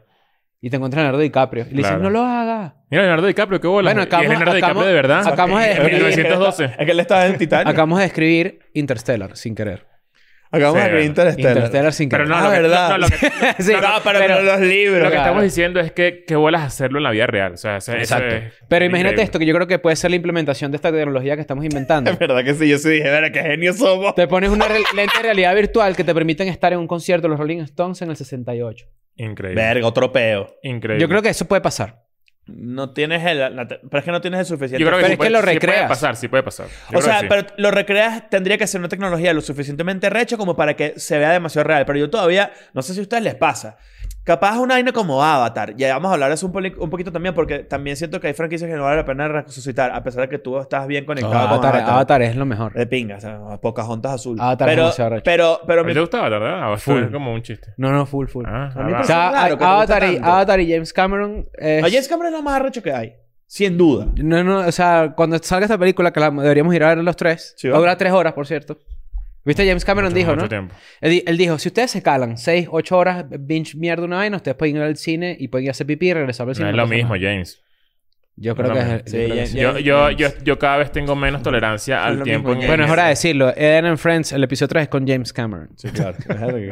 B: Y te encuentras a Leonardo DiCaprio. Y le
A: Claro.
B: dicen, no lo hagas.
A: Mira, Leonardo DiCaprio, qué bola.
B: Bueno, acabamos-
A: es Leonardo
B: acabamos-
A: DiCaprio de verdad.
B: acabamos de
A: En
B: describir-
A: 1912.
C: Es que él estaba en Titanic.
B: Acabamos de escribir Interstellar, sin querer.
C: Acabamos
A: Sí,
C: de ver
A: bueno.
C: Interstellar.
B: Interstellar sin
A: Pero
B: creer.
A: no,
C: Ah,
A: lo que,
C: ¿verdad?
A: no, no, lo que-
B: Sí.
C: No, pero,
B: pero-
C: pero los libros.
A: lo que
B: Claro.
A: estamos diciendo es que qué vuelas a hacerlo en la vida real. O sea, ese- ese es
B: Exacto. Pero imagínate
A: increíble.
B: esto, que yo creo que puede ser la implementación de esta tecnología que estamos inventando.
C: Es verdad que sí. Yo sí dije, ver, qué genio somos.
B: te pones una re- lente de realidad virtual que te permiten estar en un concierto de los Rolling Stones en el 68.
A: Increíble.
C: Verga, otro peo.
A: Increíble.
B: Yo creo que eso puede pasar.
C: No tienes el... la te- pero es que no tienes el suficiente...
A: Yo creo que
B: Pero
A: sí
B: es que
A: puede-
B: lo
A: sí puede
B: recreas.
A: pasar, sí puede pasar. Yo creo
C: O
A: que
C: sea,
A: sí.
C: pero lo recreas, tendría que ser una tecnología lo suficientemente recha como para que se vea demasiado real. Pero yo todavía, no sé si a ustedes les pasa. Capaz una vaina como Avatar. Ya vamos a hablar de eso un, poli- un poquito también, porque también siento que hay franquicias que no vale la pena resucitar, a pesar de que tú estás bien conectado con
B: Avatar,
C: Avatar.
B: Avatar es lo mejor.
A: Eh,
C: De pingas, o sea, pocas ondas azul.
B: Avatar es
C: pero,
B: demasiado recho.
C: pero, pero,
A: ¿A ti
C: mi-
A: te gustaba, verdad? O sea,
B: Full.
A: es como un chiste.
B: No, no, full, full.
A: Ah,
C: A mí
A: ah,
B: O sea,
C: me- Es raro
B: a-
C: que te guste
B: Avatar, y,
C: tanto.
B: Avatar y James Cameron es...
C: Oye, es cámara es lo más arrecho que hay. Sin duda.
B: No, no, o sea, cuando salga esta película, que la deberíamos ir a ver los tres.
C: Sí,
B: Va a
C: vamos.
B: durar tres horas, por cierto. ¿Viste? James Cameron
A: mucho-
B: dijo,
A: mucho
B: ¿no?
A: tiempo.
B: Él, di- él dijo, si ustedes se calan seis, ocho horas binge mierda una vaina, ustedes pueden ir al cine y pueden ir a hacer pipí y regresar al
A: No
B: cine.
A: es lo
B: pasa
A: mismo,
B: nada".
A: James.
B: Yo creo
A: No
B: que
A: es
B: es...
A: lo
B: yo creo que
C: ya-
B: sí.
C: ya-
A: Yo,
C: James.
A: yo, yo, yo cada vez tengo menos tolerancia al
C: lo
A: tiempo.
C: mismo,
A: en-
B: Bueno, es
A: en-
B: hora de decirlo. Eden and Friends, el episodio 3 es con James Cameron.
C: Sí, claro.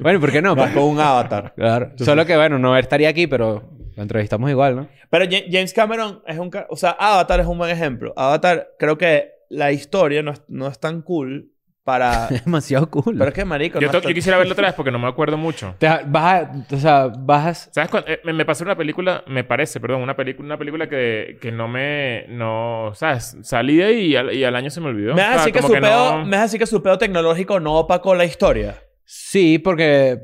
B: Bueno, ¿por qué no? Pues,
C: Vas con un Avatar.
B: Claro. Solo que, bueno, no estaría aquí, pero lo entrevistamos igual, ¿no?
C: Pero Ja- James Cameron es un... ca- O sea, Avatar es un buen ejemplo. Avatar, creo que la historia no es, no es tan cool para...
B: Demasiado cool.
C: Pero es que, marico...
A: Yo,
C: no
A: to-
C: es tan-
A: yo quisiera verlo otra vez porque no me acuerdo mucho.
B: Te ja- vas a- O sea, vas a...
A: ¿Sabes? cuándo? Eh, me, me pasó una película, me parece, perdón, una película, una película que, que no me, no, ¿sabes? Salí de ahí y al, y al año se me olvidó.
C: Me
A: O
C: vas
A: sea,
C: a decir que
A: como
C: su peo...
A: no-
C: Me vas a decir que su peo tecnológico no opacó la historia.
B: Sí, porque...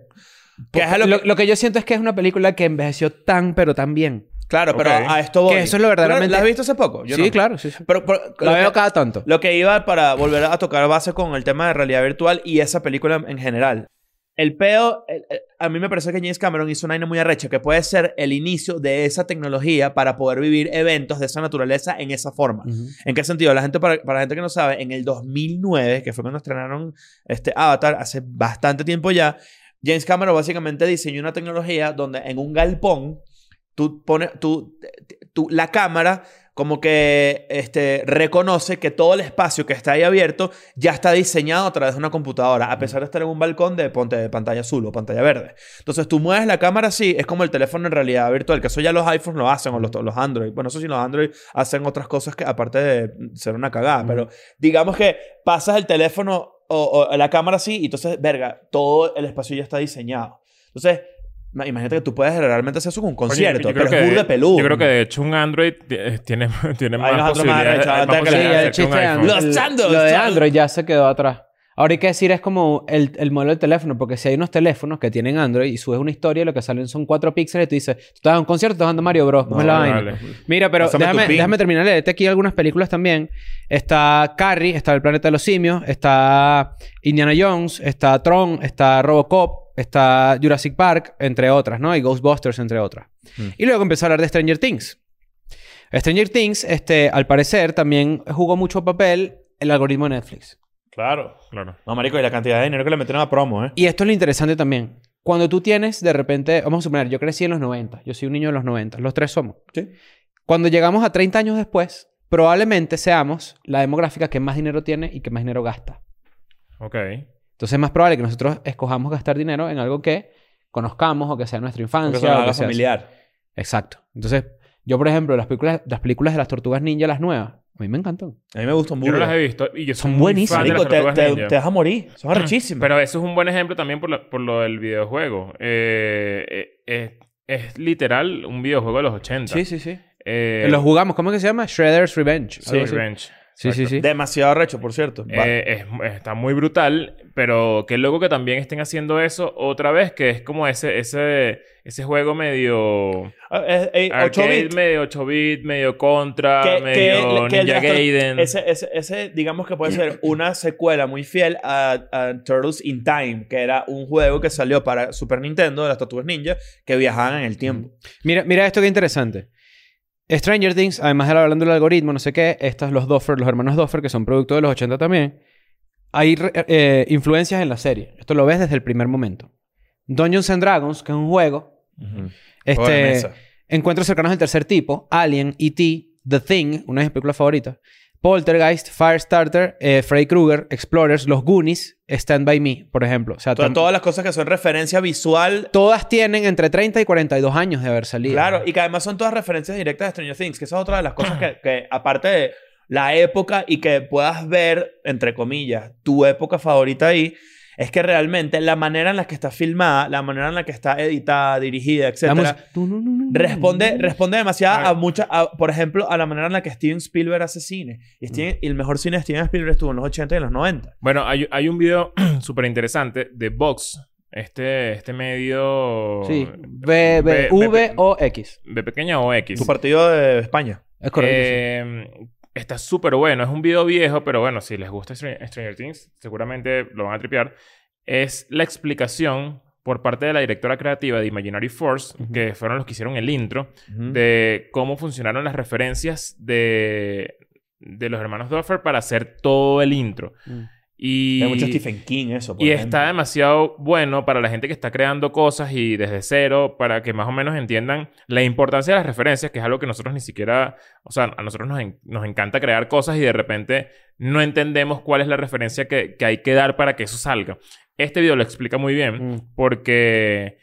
C: Que es a lo
B: lo,
C: que-
B: lo que yo siento es que es una película que envejeció tan, pero tan bien.
C: Claro, pero
A: Ok.
C: a esto voy.
B: Que eso es lo verdaderamente-
C: ¿La has visto hace poco? Oh, Yo
B: sí,
C: no.
B: claro, sí, sí.
C: Pero, pero-
B: La
C: lo
B: veo
C: que-
B: cada tanto.
C: Lo que iba para volver a tocar base con el tema de realidad virtual y esa película en general. El peo, el- el- a mí me parece que James Cameron hizo una vaina muy arrecha, que puede ser el inicio de esa tecnología para poder vivir eventos de esa naturaleza en esa forma.
B: Ujú.
C: ¿En qué sentido? La gente, para, para la gente que no sabe, en el 2009, que fue cuando estrenaron este Avatar, hace bastante tiempo ya, James Cameron básicamente diseñó una tecnología donde en un galpón tú pones, tú, tú- la cámara como que este, reconoce que todo el espacio que está ahí abierto ya está diseñado a través de una computadora, a pesar de estar en un balcón de, ponte, de pantalla azul o pantalla verde. Entonces tú mueves la cámara así, es como el teléfono en realidad virtual, que eso ya los iPhones lo hacen o los, los Android. Bueno, eso sí, los Android hacen otras cosas que aparte de ser una cagada, pero digamos que pasas el teléfono o, o la cámara así y entonces, verga, todo el espacio ya está diseñado. Entonces, ma- imagínate que tú puedes realmente hacer eso con un
A: Oye,
C: concierto,
A: yo creo
C: pero es burda de peludo.
A: Yo creo que de hecho un Android eh, tiene, tiene más
C: Hay unos otros más
A: posibilidades.
C: arrechados,
A: hay más
B: Sí, ya
C: ataca,
A: posibilidades de
B: el
A: hacer que un
B: chiste de
A: iPhone.
C: Los
B: Android-
C: Sandals,
B: lo de
C: Sandals.
B: Android ya se quedó atrás. Ahora hay que decir, es como el, el modelo del teléfono, porque si hay unos teléfonos que tienen Android y subes una historia y lo que salen son cuatro píxeles y tú dices, tú estás en un concierto, estás dando Mario Bros. ¿Cómo es la
A: No,
B: vaina?
A: vale.
B: Mira, pero
C: Pásame tu
B: déjame,
C: pin.
B: déjame terminar. de leerte aquí algunas películas también. Está Carrie, está El planeta de los simios, está Indiana Jones, está Tron, está Robocop, está Jurassic Park, entre otras, ¿no? Y Ghostbusters, entre otras.
C: Mm.
B: Y luego empezó a hablar de Stranger Things. Stranger Things, este, al parecer, también jugó mucho papel el algoritmo de Netflix.
C: Claro.
A: Claro.
C: No, marico, y la cantidad de dinero que le metieron a promo, ¿eh?
B: Y esto es lo interesante también. Cuando tú tienes, de repente, vamos a suponer, yo crecí en los 90, yo soy un niño de los 90, los tres somos.
C: Sí.
B: Cuando llegamos a 30 años después, probablemente seamos la demográfica que más dinero tiene y que más dinero gasta.
A: Ok.
B: Entonces es más probable que nosotros escojamos gastar dinero en algo que conozcamos o que sea nuestra
C: Porque
B: infancia.
C: eso no
B: o
C: haga
B: que sea-
C: familiar.
B: Exacto. Entonces, yo, por ejemplo, las películas, las películas de las tortugas ninja, las nuevas, a mí me encantan.
C: A mí me gustan
A: Yo
C: mucho.
A: no las he visto y yo soy
B: Son
A: muy
B: buenísimas.
A: fan de las
C: Marico, te,
A: tortugas
C: te,
A: ninja.
C: te vas a morir. Son arrechísimas.
A: Pero eso es un buen ejemplo también por, la- por lo del videojuego. Eh, eh, eh, es literal un videojuego de los 80.
B: Sí, sí, sí.
A: Eh,
B: Los jugamos, ¿cómo es que se llama? Shredder's Revenge.
A: Sí,
B: algo así.
A: Revenge.
B: Sí, sí, sí.
C: Demasiado arrecho, por cierto. Va-
A: Eh, es- está muy brutal, pero qué loco que también estén haciendo eso otra vez, que es como ese, ese, ese juego medio...
C: Ah, es- eh, 8
A: Arcade,
C: bits.
A: medio 8-bit, medio Contra,
C: Que- que-
A: medio
C: que el
A: Ninja
C: de las tor-
A: Gaiden.
C: Ese, ese, ese, digamos que puede ser una secuela muy fiel a, a Turtles in Time, que era un juego que salió para Super Nintendo de las Tortugas Ninja que viajaban en el tiempo.
B: Mira, mira esto que interesante. Stranger Things, además de hablando del algoritmo, no sé qué, estos los Doffer, los hermanos Doffer, que son producto de los 80 también, hay re- eh, influencias en la serie. Esto lo ves desde el primer momento. Dungeons and Dragons, que es un juego,
C: Juego de
B: este,
C: mesa.
B: E Encuentros cercanos del tercer tipo, Alien, E.T., The Thing, una de mis películas favoritas, Poltergeist, Firestarter, eh, Freddy Krueger, Explorers, Los Goonies, Stand By Me, por ejemplo. O sea,
C: Todas,
B: tam-
C: todas las cosas que son referencia visual.
B: todas tienen entre 30 y 42 años de haber salido.
C: Claro, y que además son todas referencias directas de Stranger Things, que esa es otra de las cosas que, que, aparte de la época y que puedas ver, entre comillas, tu época favorita ahí, es que realmente la manera en la que está filmada, la manera en la que está editada, dirigida,
B: La
C: etcétera,
B: música- Tu, nu, nu, nu, nu,
C: responde,
B: nu.
C: responde demasiado a
A: Claro.
C: muchas, a, por ejemplo, a la manera en la que Steven Spielberg hace cine. Y, Steven-
B: Mm.
C: y el mejor cine de Steven Spielberg estuvo en los 80 y en los 90.
A: Bueno, hay, hay un video súper interesante de Vox. Este, este medio...
B: Sí, B, B,
A: B-
B: V
A: B-
B: o X.
A: De pequeña o X.
C: Tu partido de España.
B: Es correcto. sí.
A: Eh, Está súper bueno. Es un video viejo, pero bueno, si les gusta Str- Stranger Things, seguramente lo van a tripear. Es la explicación por parte de la directora creativa de Imaginary Force,
B: Ujú.
A: que fueron los que hicieron el intro,
C: Ujú.
A: de cómo funcionaron las referencias de, de los hermanos Duffer para hacer todo el intro.
B: Mm.
A: Y,
C: Hay mucho Stephen King eso. por
A: y
C: ejemplo.
A: está demasiado bueno para la gente que está creando cosas y desde cero, para que más o menos entiendan la importancia de las referencias, que es algo que nosotros ni siquiera, o sea, a nosotros nos, en- nos encanta crear cosas y de repente no entendemos cuál es la referencia que, que hay que dar para que eso salga. Este video lo explica muy bien
B: Mm.
A: porque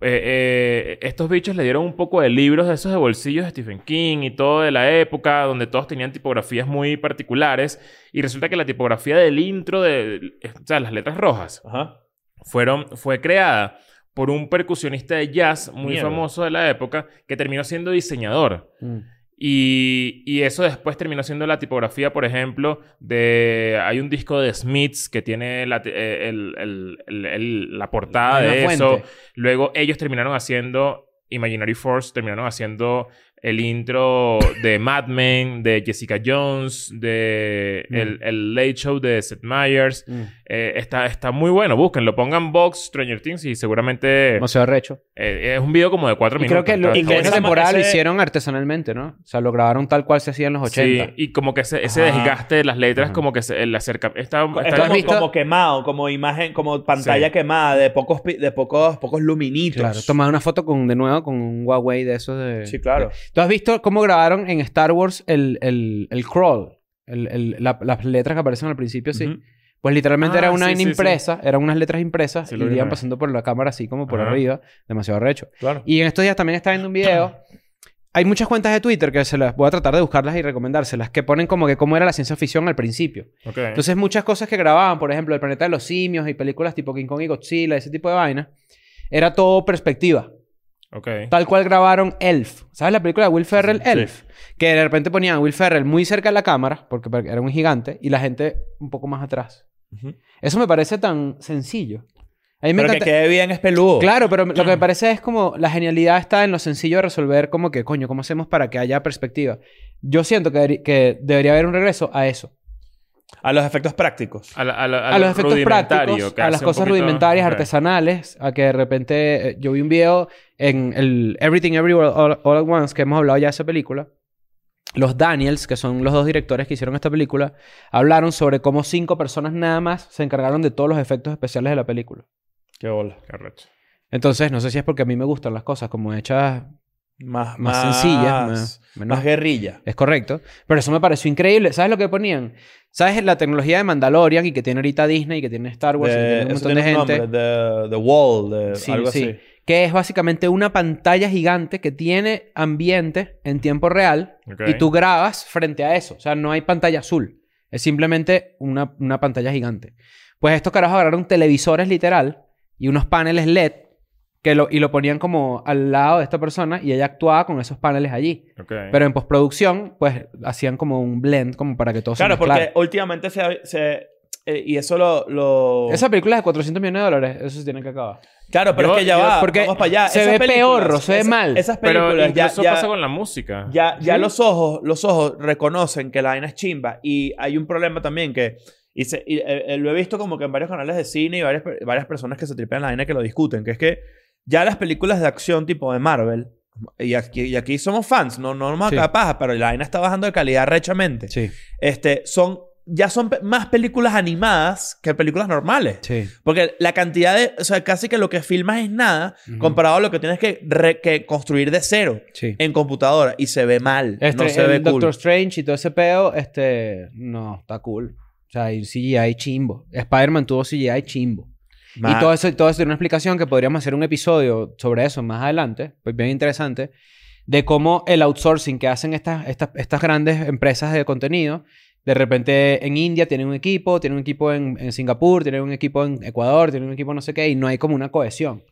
A: eh, eh, estos bichos le dieron un poco de libros de esos de bolsillos de Stephen King y todo de la época, donde todos tenían tipografías muy particulares, y resulta que la tipografía del intro, de, eh, o sea, las letras rojas,
C: Ajá.
A: fueron, fue creada por un percusionista de jazz muy
C: Mierda.
A: famoso de la época que terminó siendo diseñador.
B: Mm.
A: Y, y eso después terminó siendo la tipografía, por ejemplo, de... Hay un disco de Smiths que tiene la, ti- eh, el- el- el- el- la portada
B: Hay
A: de
B: una
A: Ah, eso.
B: fuente.
A: Luego ellos terminaron haciendo... Imaginary Force terminaron haciendo el intro de Mad Men, de Jessica Jones, de
B: Mm.
A: el, el Late Show de Seth Meyers.
B: Mm.
A: Eh, está, está muy bueno. Búsquenlo. Pongan Box, Stranger Things y seguramente...
B: Demasiado recho.
A: eh, es un video como de cuatro
B: Y creo
A: minutos.
B: que lo,
A: Está-
B: y
A: está
B: que
A: bueno.
B: esa
C: ese-
B: temporada lo
C: ese-
B: hicieron artesanalmente, ¿no? O sea, lo grabaron tal cual se hacía en los 80.
A: Sí, y como que ese, ese
C: Ajá.
A: desgaste de las letras,
B: Ajá.
A: como que se, el acerca... Está,
C: Es
A: está-
B: ¿Tú has
C: como,
B: visto?
C: como quemado, como imagen, como pantalla
A: Sí.
C: quemada, de pocos, pi- de pocos, pocos luminitos.
B: Claro, tomar una foto con, de nuevo con un Huawei de esos de...
C: Sí, claro.
B: de- ¿Tú has visto cómo grabaron en Star Wars el, el, el crawl? El- el- la- las letras que aparecen al principio, sí.
A: Ujú.
B: Pues literalmente
A: Ah,
B: era una
A: sí, sí, sí.
B: impresa, eran unas letras impresas
A: Sí,
B: y
A: lo vi
B: iban
A: una vez.
B: pasando por la cámara así como por
A: Ajá.
B: arriba, demasiado recho.
C: claro.
B: Y en estos días también está viendo un video. Hay muchas cuentas de Twitter que se las voy a tratar de buscarlas y recomendárselas, que ponen como que cómo era la ciencia ficción al principio.
A: Ok.
B: Entonces, muchas cosas que grababan, por ejemplo, El planeta de los simios y películas tipo King Kong y Godzilla, ese tipo de vainas, era todo perspectiva.
A: ok.
B: Tal cual grabaron Elf. ¿Sabes la película de Will Ferrell, Elf? Que de repente ponían a Will Ferrell muy cerca de la cámara, porque per- era un gigante, y la gente un poco más atrás.
C: Ujú.
B: Eso me parece tan sencillo. A mí me
C: Pero que
B: encanta-
C: quede bien es peludo.
B: Claro, pero lo que me parece es como la genialidad está en lo sencillo de resolver, como que, coño, ¿cómo hacemos para que haya perspectiva? Yo siento que, deberi- que debería haber un regreso a eso.
C: A los efectos prácticos.
A: A, la- a la-
B: a,
A: a lo
B: los efectos
A: rudimentario,
B: prácticos,
A: que
B: a
A: hace
B: las
A: un
B: cosas
A: poquito-
B: rudimentarias,
A: ok.
B: artesanales, a que de repente eh, yo vi un video en el Everything Everywhere All, All at Once, que hemos hablado ya de esa película. Los Daniels, que son los dos directores que hicieron esta película, hablaron sobre cómo cinco personas nada más se encargaron de todos los efectos especiales de la película.
C: Qué bola.
A: Qué arrecho.
B: Entonces, no sé si es porque a mí me gustan las cosas como hechas más,
C: Más, más
B: sencillas, más, menos-
C: Más guerrilla.
B: Es correcto. Pero eso me pareció increíble. ¿Sabes lo que ponían? ¿Sabes la tecnología de Mandalorian y que tiene ahorita Disney y que tiene Star Wars y que
C: De-
B: tiene un
C: Eh, eso
B: montón de
C: tiene un
B: gente?
C: nombre, de- The Wall, de-
B: Sí,
C: algo
B: sí.
C: así.
B: Que es básicamente una pantalla gigante que tiene ambiente en tiempo real
A: Ok.
B: y tú grabas frente a eso. O sea, no hay pantalla azul. Es simplemente una, una pantalla gigante. Pues estos carajos agarraron televisores literal y unos paneles LED que lo, y lo ponían como al lado de esta persona y ella actuaba con esos paneles allí.
A: Ok.
B: Pero en postproducción, pues hacían como un blend, como para que todo
C: Claro,
B: se
C: porque
B: mezclara.
C: últimamente se... ha- se- eh, y eso lo... lo-
B: Esa película es de 400 millones de dólares, eso se tiene que acabar.
C: Claro, pero
A: Yo-
C: es que ya
A: yo-
C: va.
B: porque
C: vamos para allá.
B: se
C: Esas
B: ve
C: películas,
B: peor, se ve
C: esas-
B: mal.
C: Esas películas
A: Pero
C: ya-
A: incluso
C: ya-
A: pasa con la música.
C: Ya, ya
B: ¿Sí?
C: los ojos, los ojos reconocen que la vaina es chimba y hay un problema también que y se- y, eh, eh, lo he visto como que en varios canales de cine y varias, per- varias personas que se tripean la vaina que lo discuten, que es que ya las películas de acción tipo de Marvel y aquí, y aquí somos fans, no no nos
B: Sí.
C: acaba paja, pero la vaina está bajando de calidad rechamente.
B: Sí.
C: Este, son ya son pe- más películas animadas que películas normales.
B: Sí.
C: Porque la cantidad de, o sea, casi que lo que filmas es nada
B: Ujú.
C: comparado a lo que tienes que, re- que construir de cero
B: Sí.
C: en computadora y se ve mal,
B: Eh, Este,
C: no se
B: el
C: ve cool.
B: Doctor Strange y todo ese peo, este, no, está cool. O sea, y CGI chimbo. Spider-Man tuvo CGI chimbo.
C: Ma-
B: Y todo eso, todo eso tiene una explicación que podríamos hacer un episodio sobre eso más adelante, pues bien interesante, de cómo el outsourcing que hacen estas, estas, estas grandes empresas de contenido, de repente en India tienen un equipo, tienen un equipo en, en Singapur, tienen un equipo en Ecuador, tienen un equipo no sé qué, y no hay como una cohesión.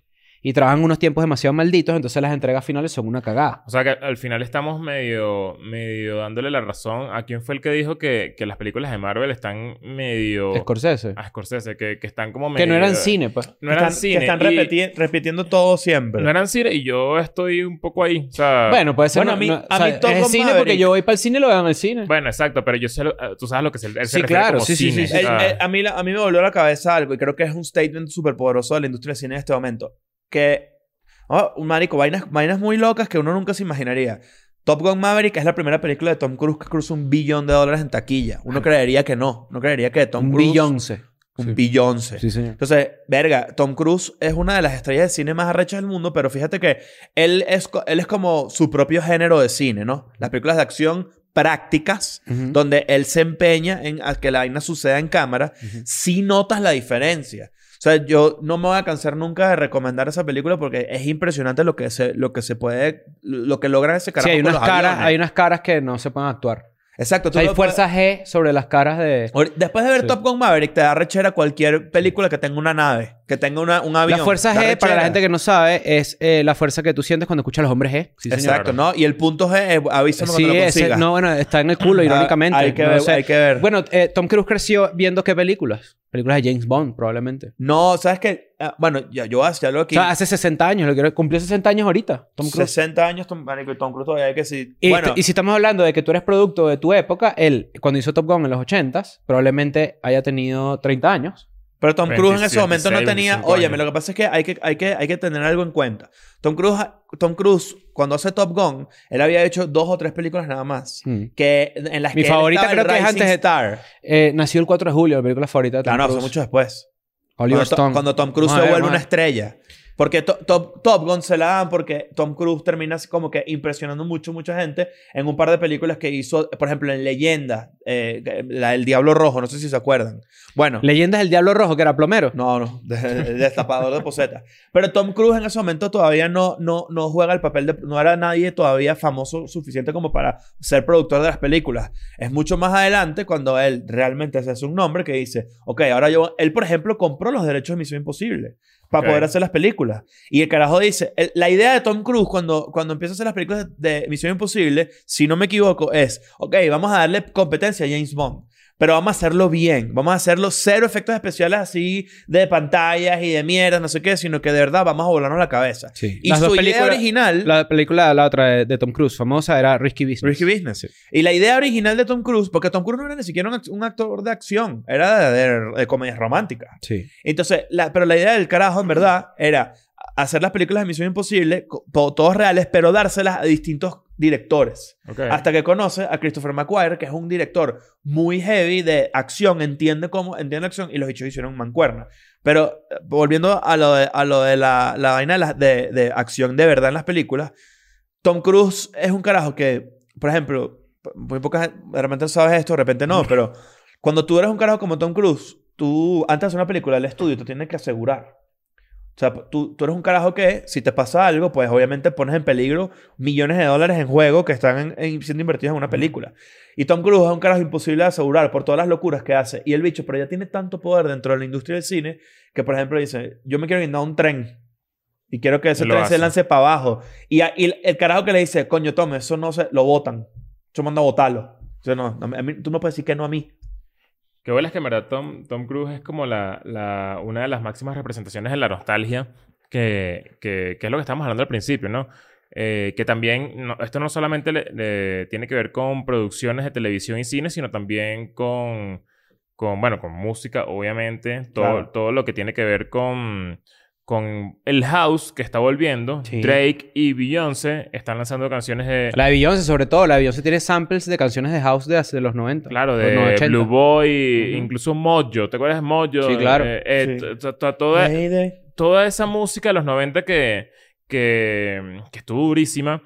B: Y trabajan unos tiempos demasiado malditos, entonces las entregas finales son una cagada.
A: O sea que al final estamos medio, medio dándole la razón a quién fue el que dijo que, que las películas de Marvel están medio...
C: Oh.
B: Scorsese.
C: Ah,
A: a Scorsese, que, que están como medio...
B: Que no eran cine, pues.
A: No eran
C: están,
A: cine.
C: que están
A: y-
C: repeti- repitiendo todo siempre.
A: No eran cine y yo estoy un poco ahí. O sea,
B: Bueno, puede ser.
C: Ah. Bueno,
B: no-
C: a
B: no-
C: mí- a
B: o sea,
C: mí Top
B: es
C: Gun
B: cine porque
C: Maverick.
B: yo voy para el cine y lo veo en el cine.
A: Bueno, exacto, pero yo sé, lo- eh, tú sabes lo que se, él se
B: Sí,
A: refiere
B: claro,
A: como
B: sí, sí,
A: cine, Ah,
B: sí, Eh,
C: El-
A: o sea,
C: el- Eh, a, mí, la- a mí me volvió a la cabeza algo y creo que es un statement súper poderoso de la industria del cine en este momento. Que, oh, un marico, vainas, vainas muy locas que uno nunca se imaginaría. Top Gun Maverick es la primera película de Tom Cruise que cruza un billón de dólares en taquilla. Uno creería que no. No creería que Tom
B: un
C: Cruise...
B: Beyoncé.
C: Un
B: Sí.
C: billón.
B: Sí, señor.
C: Entonces, verga, Tom Cruise es una de las estrellas de cine más arrechas del mundo, pero fíjate que él es, co- él es como su propio género de cine, ¿no? Las películas de acción prácticas,
B: Ujú.
C: donde él se empeña en a que la vaina suceda en cámara, sí notas la diferencia. O sea, yo no me voy a cansar nunca de recomendar esa película porque es impresionante lo que se, lo que se puede, lo que logran ese carajo
B: Sí, hay
C: con
B: unas,
C: los
B: caras,
C: aviones.
B: hay unas caras que no se pueden actuar.
C: Exacto.
B: O
C: tú
B: sea, hay
C: lo-
B: fuerza G sobre las caras de...
C: Ahori- Después de ver
B: Sí.
C: Top Gun Maverick, te da rechera cualquier película que tenga una nave, que tenga una, un avión.
B: La fuerza
C: Da
B: G, para la
C: rechera.
B: gente que no sabe, es eh, la fuerza que tú sientes cuando escuchas a los hombres G. Sí, señor.
C: Exacto, ¿no? Y el punto G es eh, avísame
B: Sí,
C: cuando lo
B: ese-
C: consigas.
B: no, bueno, está en el culo,
C: Ah,
B: irónicamente.
C: hay que
B: No
C: ver,
B: sé.
C: hay que ver.
B: Bueno, eh, Tom Cruise creció viendo qué películas. Películas de James Bond, probablemente.
C: No, ¿sabes qué? Ah, bueno, ya, yo ya lo
B: O
C: aquí.
B: sea, hace 60 años. Lo quiero, cumplió 60 años ahorita, Tom Cruise.
C: 60 años, Tom, marico, y Tom Cruise todavía hay que sí.
B: Y,
C: bueno,
B: y si estamos hablando de que tú eres producto de tu época, él, cuando hizo Top Gun en los 80s, probablemente haya tenido 30 años.
C: pero Tom Cruise en ese
A: 27,
C: momento no tenía...
A: 25
C: Oye,
A: años.
C: lo que pasa es que hay que, hay, que, hay que tener algo en cuenta. Tom Cruise, Tom Cruise, cuando hace Top Gun, él había hecho dos o tres películas nada más.
B: Mm.
C: Que, en las
B: Mi
C: que
B: favorita
C: él estaba
B: creo
C: el
B: que es
C: Rising
B: antes de-
C: Star.
B: Eh, nació el 4 de julio, la película favorita de Tom
C: Claro, no, fue
B: Cruise.
C: mucho después.
B: Oliver
C: Cuando, To-
B: Stone.
C: cuando Tom Cruise
B: Vamos a
C: se
B: ver,
C: vuelve una
B: vamos a
C: estrella. Porque To- Top, Top Gun se la dan porque Tom Cruise termina así como que impresionando mucho, mucha gente en un par de películas que hizo, por ejemplo, en Leyenda, eh, la del Diablo Rojo, no sé si se acuerdan. Bueno,
B: ver. Leyendas del Diablo Rojo, que era plomero.
C: no, no, de- de- destapador de poseta. Pero Tom Cruise en ese momento todavía no, no, no juega el papel de... No era nadie todavía famoso suficiente como para ser productor de las películas. Es mucho más adelante cuando él realmente se hace un nombre que dice, ok, ahora yo... Él, por ejemplo, compró los derechos de Misión Imposible para
A: Ok.
C: poder hacer las películas. Y el carajo dice, el- la idea de Tom Cruise cuando, cuando empieza a hacer las películas de, de Misión Imposible, si no me equivoco, es, ok, vamos a darle competencia a James Bond. Pero vamos a hacerlo bien. Vamos a hacerlo cero efectos especiales así de pantallas y de mierda, no sé qué, sino que de verdad vamos a volarnos la cabeza.
B: Sí.
C: Y
B: Las
C: su
B: dos
C: idea
B: películas-
C: original,
B: La película, la otra de, de Tom Cruise, famosa, era Risky Business.
C: Risky Business.
B: Sí.
C: Y la idea original de Tom Cruise, porque Tom Cruise no era ni siquiera un, act- un actor de acción, era de, de- de comedias románticas.
B: Sí.
C: Entonces, la- pero la idea del carajo, en verdad, era hacer las películas de Misión Imposible, co- to- todos reales, pero dárselas a distintos directores.
A: ok.
C: Hasta que conoce a Christopher McQuire, que es un director muy heavy de acción, entiende cómo, entiende acción, y los hechos hicieron mancuerna. Pero eh, volviendo a lo de, a lo de la, la vaina de, las- de, de acción de verdad en las películas, Tom Cruise es un carajo que, por ejemplo, p- muy poca gente, de repente sabes esto, de repente no, pero cuando tú eres un carajo como Tom Cruise, tú, antes de hacer una película, el estudio te tiene que asegurar. O sea, tú, tú eres un carajo que, si te pasa algo, pues obviamente pones en peligro millones de dólares en juego que están en- en- siendo invertidos en una película. Y Tom Cruise es un carajo imposible de asegurar por todas las locuras que hace. Y el bicho, pero ya tiene tanto poder dentro de la industria del cine que, por ejemplo, dice, yo me quiero guindar un tren. Y quiero que ese
A: Lo
C: tren se
A: hace.
C: lance para abajo. Y, a- y el carajo que le dice, coño, Tom, eso no se... Lo botan. Yo mando a botarlo. Yo no, no, a mí- tú no puedes decir que no a mí.
A: Que vuelas que en verdad Tom, Tom Cruise es como la, la- una de las máximas representaciones de la nostalgia, que, que, que es lo que estábamos hablando al principio, ¿no? Eh, que también, no- esto no solamente le- le tiene que ver con producciones de televisión y cine, sino también con, con bueno, con música, obviamente, todo,
C: Claro.
A: todo lo que tiene que ver con, con el house que está volviendo.
B: Sí.
A: Drake y Beyoncé están lanzando canciones de...
B: La de Beyoncé, sobre todo. La de Beyoncé tiene samples de canciones de house de hace de los 90.
A: Claro,
B: los
A: de
B: 80.
A: Blue Boy,
B: Pues Ujú.
A: incluso Mojo. ¿Te acuerdas de Mojo?
B: Sí, claro.
A: Eh, eh,
C: Sí.
A: to- to- toda,
C: Mayday.
A: toda esa música de los 90 que, que, que estuvo durísima.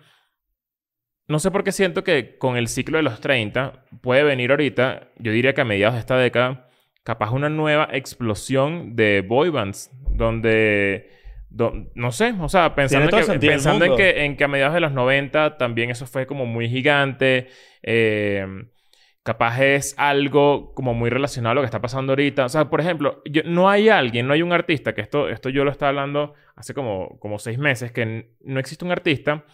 A: No sé por qué siento que con el ciclo de los 30 puede venir ahorita, yo diría que a mediados de esta década, capaz una nueva explosión de boy bands, donde, do- no sé, o sea, pensando,
C: todo
A: en
C: el
A: que,
C: sentido del
A: pensando en,
C: mundo.
A: que, en que a mediados de los 90 también eso fue como muy gigante. eh, capaz es algo como muy relacionado a lo que está pasando ahorita. O sea, por ejemplo, yo- no hay alguien, no hay un artista, que esto, esto yo lo estaba hablando hace como, como seis meses, que n- no existe un artista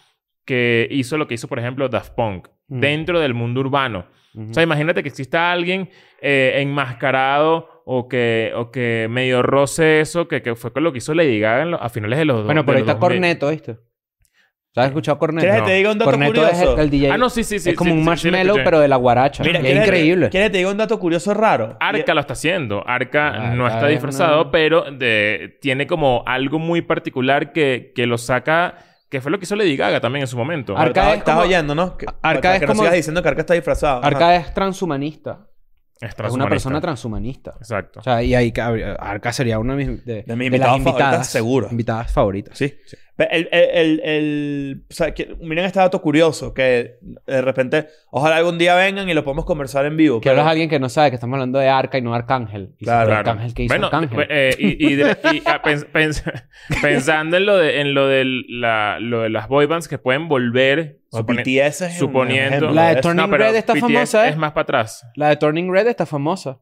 A: que hizo lo que hizo, por ejemplo, Daft Punk,
B: Mm.
A: dentro del mundo urbano.
B: Ujú.
A: O sea, imagínate que exista alguien eh, enmascarado o que, o que medio roce eso, que, que fue con lo que hizo Lady Gaga en lo- a finales de los
B: bueno,
A: por
B: pero ahí está Corneto, ¿viste? ¿Has escuchado Corneto?
C: ¿Quieres
A: No.
C: que te diga un dato
B: Corneto es
C: curioso?
B: el, el DJ.
A: Ah, no, sí, sí, sí.
B: es como
A: sí,
B: un
A: sí, sí, lo
B: marshmallow,
A: escuché.
B: pero de la guaracha.
C: Mira,
B: Y
C: ¿quieres
B: es
C: que-
B: increíble.
C: ¿Quieres que te diga un dato curioso raro?
B: e
A: Arca lo está haciendo. Arca
B: Arca
A: no está
B: es
A: disfrazado,
B: una-
A: pero de- tiene como algo muy particular que, que lo saca. Que fue lo que hizo Lady Gaga también en su momento.
B: Ar- Arca
C: Arca
B: es
C: estás
B: como-
C: oyendo, ¿no? Que,
B: Arca
C: para
B: es
C: que
B: como-
C: no sigas diciendo que Arca está disfrazado. Ajá.
B: Arca es transhumanista.
A: es
B: Es una
A: transhumanista.
B: persona transhumanista.
A: Exacto.
B: O sea, y ahí cab- Arca sería una de mis, de,
C: De mis invitadas favoritas, seguro.
B: Invitadas favoritas.
C: Sí. El, el, el, el- o sea, que- miren este dato curioso que de repente, ojalá algún día vengan y lo podemos conversar en vivo.
B: Que
C: pero-
B: hablas a alguien que no sabe que estamos hablando de Arca y no Arcángel. Y
C: Claro.
B: sabe
A: Claro.
B: Arcángel que hizo
A: bueno,
B: Arcángel.
A: eh, y, y de- y, ah, pens- pens- pensando en lo de, en lo de, la, lo de las boybands que pueden volver.
C: o
A: supone-
C: BTS es un
A: suponiendo-
C: ejemplo
B: La de
C: eso.
B: Turning
A: pero
B: Red está
A: BTS
B: famosa, ¿eh?
A: Es más para atrás.
B: La de Turning Red está famosa.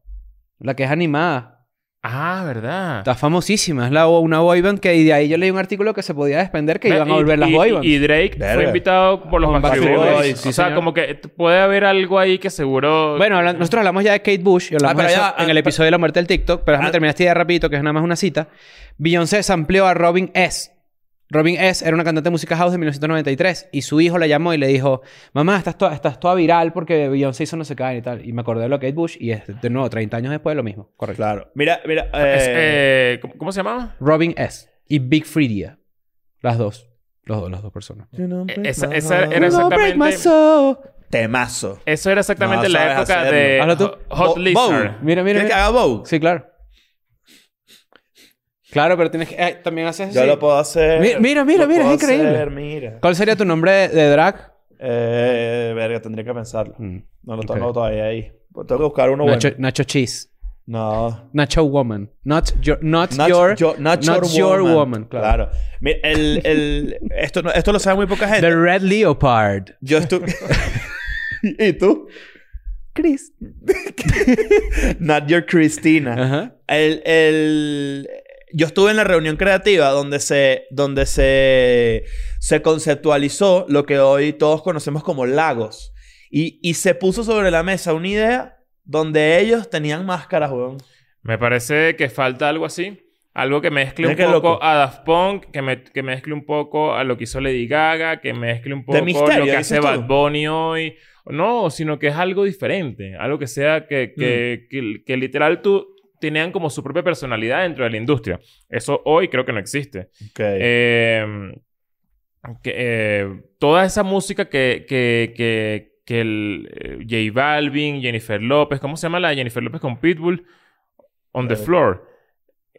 B: La que es animada.
A: Ah, ¿verdad?
B: Está famosísima. Es la, una boyband que y de ahí yo leí un artículo que se podía desprender que
A: Ve,
B: iban a
A: y-
B: volver las
A: y-
B: boybands.
A: Y, Drake fue
C: Verga.
A: invitado por los
B: Con
A: Backstreet
C: Backstreet
A: Boys.
C: Boys,
B: sí,
A: o sea,
B: señor.
A: como que puede haber algo ahí que seguro...
B: Bueno, hablan- nosotros hablamos ya de Kate Bush y hablamos
C: pero
B: de
C: ya,
B: eso
C: ah,
B: en el
C: pa-
B: episodio de la muerte del TikTok, pero déjame
C: Ah.
B: terminar esta idea rapidito, que es nada más una cita. Beyoncé amplió a Robin S. Robin S. era una cantante de música house de 1993 y su hijo la llamó y le dijo, mamá, estás toda, estás toda viral porque Beyoncé hizo no sé qué y tal. Y me acordé de lo de Kate Bush y es de nuevo 30 años después lo mismo. Correcto.
C: Claro. Mira, mira.
A: Es,
C: eh,
A: eh, ¿cómo, cómo se llamaba?
B: Robin S. y Big Freedia. Las dos. Los dos, las dos personas.
C: eh,
A: esa- esa era esa-
B: Don't break my
A: exactamente-
B: soul.
C: Temazo.
A: Eso era exactamente
C: No,
A: la
C: sabes
A: época
C: hacerlo.
A: de
B: Hazlo tú.
A: Ho- Hot
C: Bo-
A: Listener.
C: Bow.
B: Mira, mira,
C: ¿Quieres que
B: mira.
C: haga Bow?
B: Sí, claro. Claro, pero tienes que... eh, también haces
C: Yo
B: así.
C: lo puedo hacer.
B: Mi- mira, mira,
C: Lo
B: mira, es
C: puedo
B: increíble.
C: hacer, mira.
B: ¿Cuál sería tu nombre de, de drag?
C: Eh, verga, tendría que pensarlo.
B: Mm.
C: No lo
B: Ok.
C: tengo todavía ahí. Pues Tengo que buscar uno
B: Nacho,
C: bueno.
B: Nacho Cheese.
C: No.
B: Nacho Woman. Not your... Not,
C: Not
B: your,
C: yo- not
B: not your woman. claro.
C: Claro. Mira, el, el, esto, no- esto lo sabe muy poca gente.
B: The Red Leopard.
C: Yo estuve. ¿Y tú?
B: Chris.
C: Not your Christina.
B: Ajá.
C: El, el- Yo estuve en la reunión creativa donde se. donde se. se conceptualizó lo que hoy todos conocemos como lagos. Y, y se puso sobre la mesa una idea donde ellos tenían máscaras, weón.
A: Me parece que falta algo así. Algo que mezcle
C: Mira
A: un
C: qué
A: poco
C: loco.
A: a Daft Punk, que, me- que mezcle un poco a lo que hizo Lady Gaga, que mezcle un poco
C: misterio,
A: lo que
C: dices
A: hace
C: tú.
A: Bad Bunny hoy. No, sino que es algo diferente. Algo que sea que,
C: Mm.
A: que, que- que literal tú tenían como su propia personalidad dentro de la industria. Eso hoy creo que no existe. Eh, que, eh, toda esa música que, que, que, que el, eh, J Balvin, Jennifer López, ¿cómo se llama la de Jennifer López con Pitbull? On the
C: Eh,
A: Floor,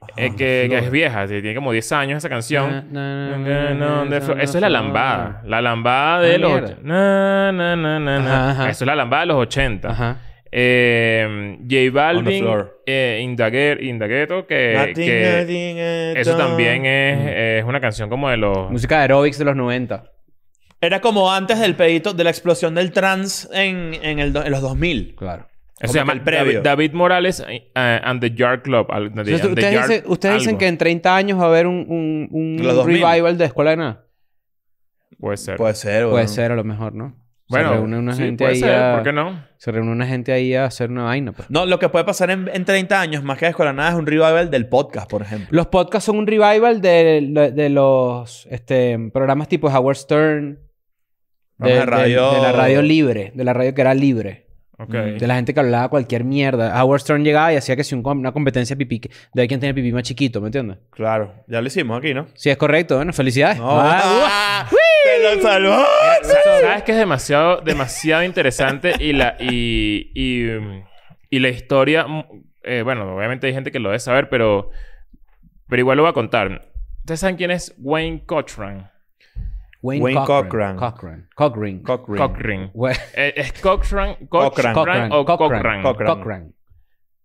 C: Ajá.
A: eh, que, que es vieja, que tiene como 10 años esa
B: Na,
A: canción.
B: na, na, na, na,
A: Eso
B: na,
A: es la
B: na,
A: lambada. La lambada de
B: Ah,
A: los...
B: mierda.
A: och- na, na, na, na, na.
B: Ajá, ajá.
A: Eso es la lambada de los 80.
B: Ajá.
A: Eh, J Balvin,
C: floor.
A: eh, Indaguer, Indagueto, que,
C: Nothing,
A: que
C: nothing at
A: eso
C: all.
A: también es,
B: Mm.
A: es una canción como de los...
B: Música de aerobics de los 90.
C: Era como antes del pedito, de la explosión del trans en, en, el do- en los 2000.
B: Claro.
A: Eso
C: Como
A: se llama
C: el previo.
A: David, David Morales eh, and the Yard Club. al- the-
B: Entonces,
A: and the
B: ustedes
A: Yard
B: dicen, ustedes dicen
A: algo.
B: que en 30 años va a haber un, un, un
C: Los 2000.
B: revival de Escuela de Nada.
A: Puede ser.
C: Puede ser, weón.
B: Puede ser a lo mejor, ¿no?
A: bueno,
B: se reúne una
A: sí,
B: gente
A: puede
B: ahí
A: ser.
B: a,
A: ¿Por qué no?
B: Se reúne una gente ahí a hacer una vaina. pues.
C: No, lo que puede pasar en, en 30 años, más que de escuela nada, es un revival del podcast, por ejemplo.
B: Los podcasts son un revival de, de- de los este, programas tipo Howard Stern. De,
C: Vamos a
B: de-
C: radio-
B: de la radio libre. De la radio que era libre.
A: Ok.
B: Mm, De la gente que hablaba cualquier mierda. Howard Stern llegaba y hacía que si un com- una competencia de pipí, que- de ahí quien tiene el pipí más chiquito, ¿me entiendes?
C: Claro, ya lo hicimos aquí, ¿no?
B: Si es correcto, bueno, felicidades.
C: No.
B: Ah,
C: ¡Ah! ¡Te lo salvó!
A: Sa- ¿Sabes que es demasiado, demasiado interesante y la, y, y, mm, y la historia... mm, eh, bueno, obviamente hay gente que lo debe saber, pero, pero igual lo voy a contar. ¿Ustedes saben quién es Wayne Cochran?
B: Wayne,
C: Wayne
B: Cochran.
C: Cochran.
B: Cochran. Cochran.
C: Cochrane.
A: Cochran.
B: We-
A: Eh, ¿Es Cochran, Coch-
C: Cochran.
A: Cochran o Cochran?
C: Cochran.
B: Cochran.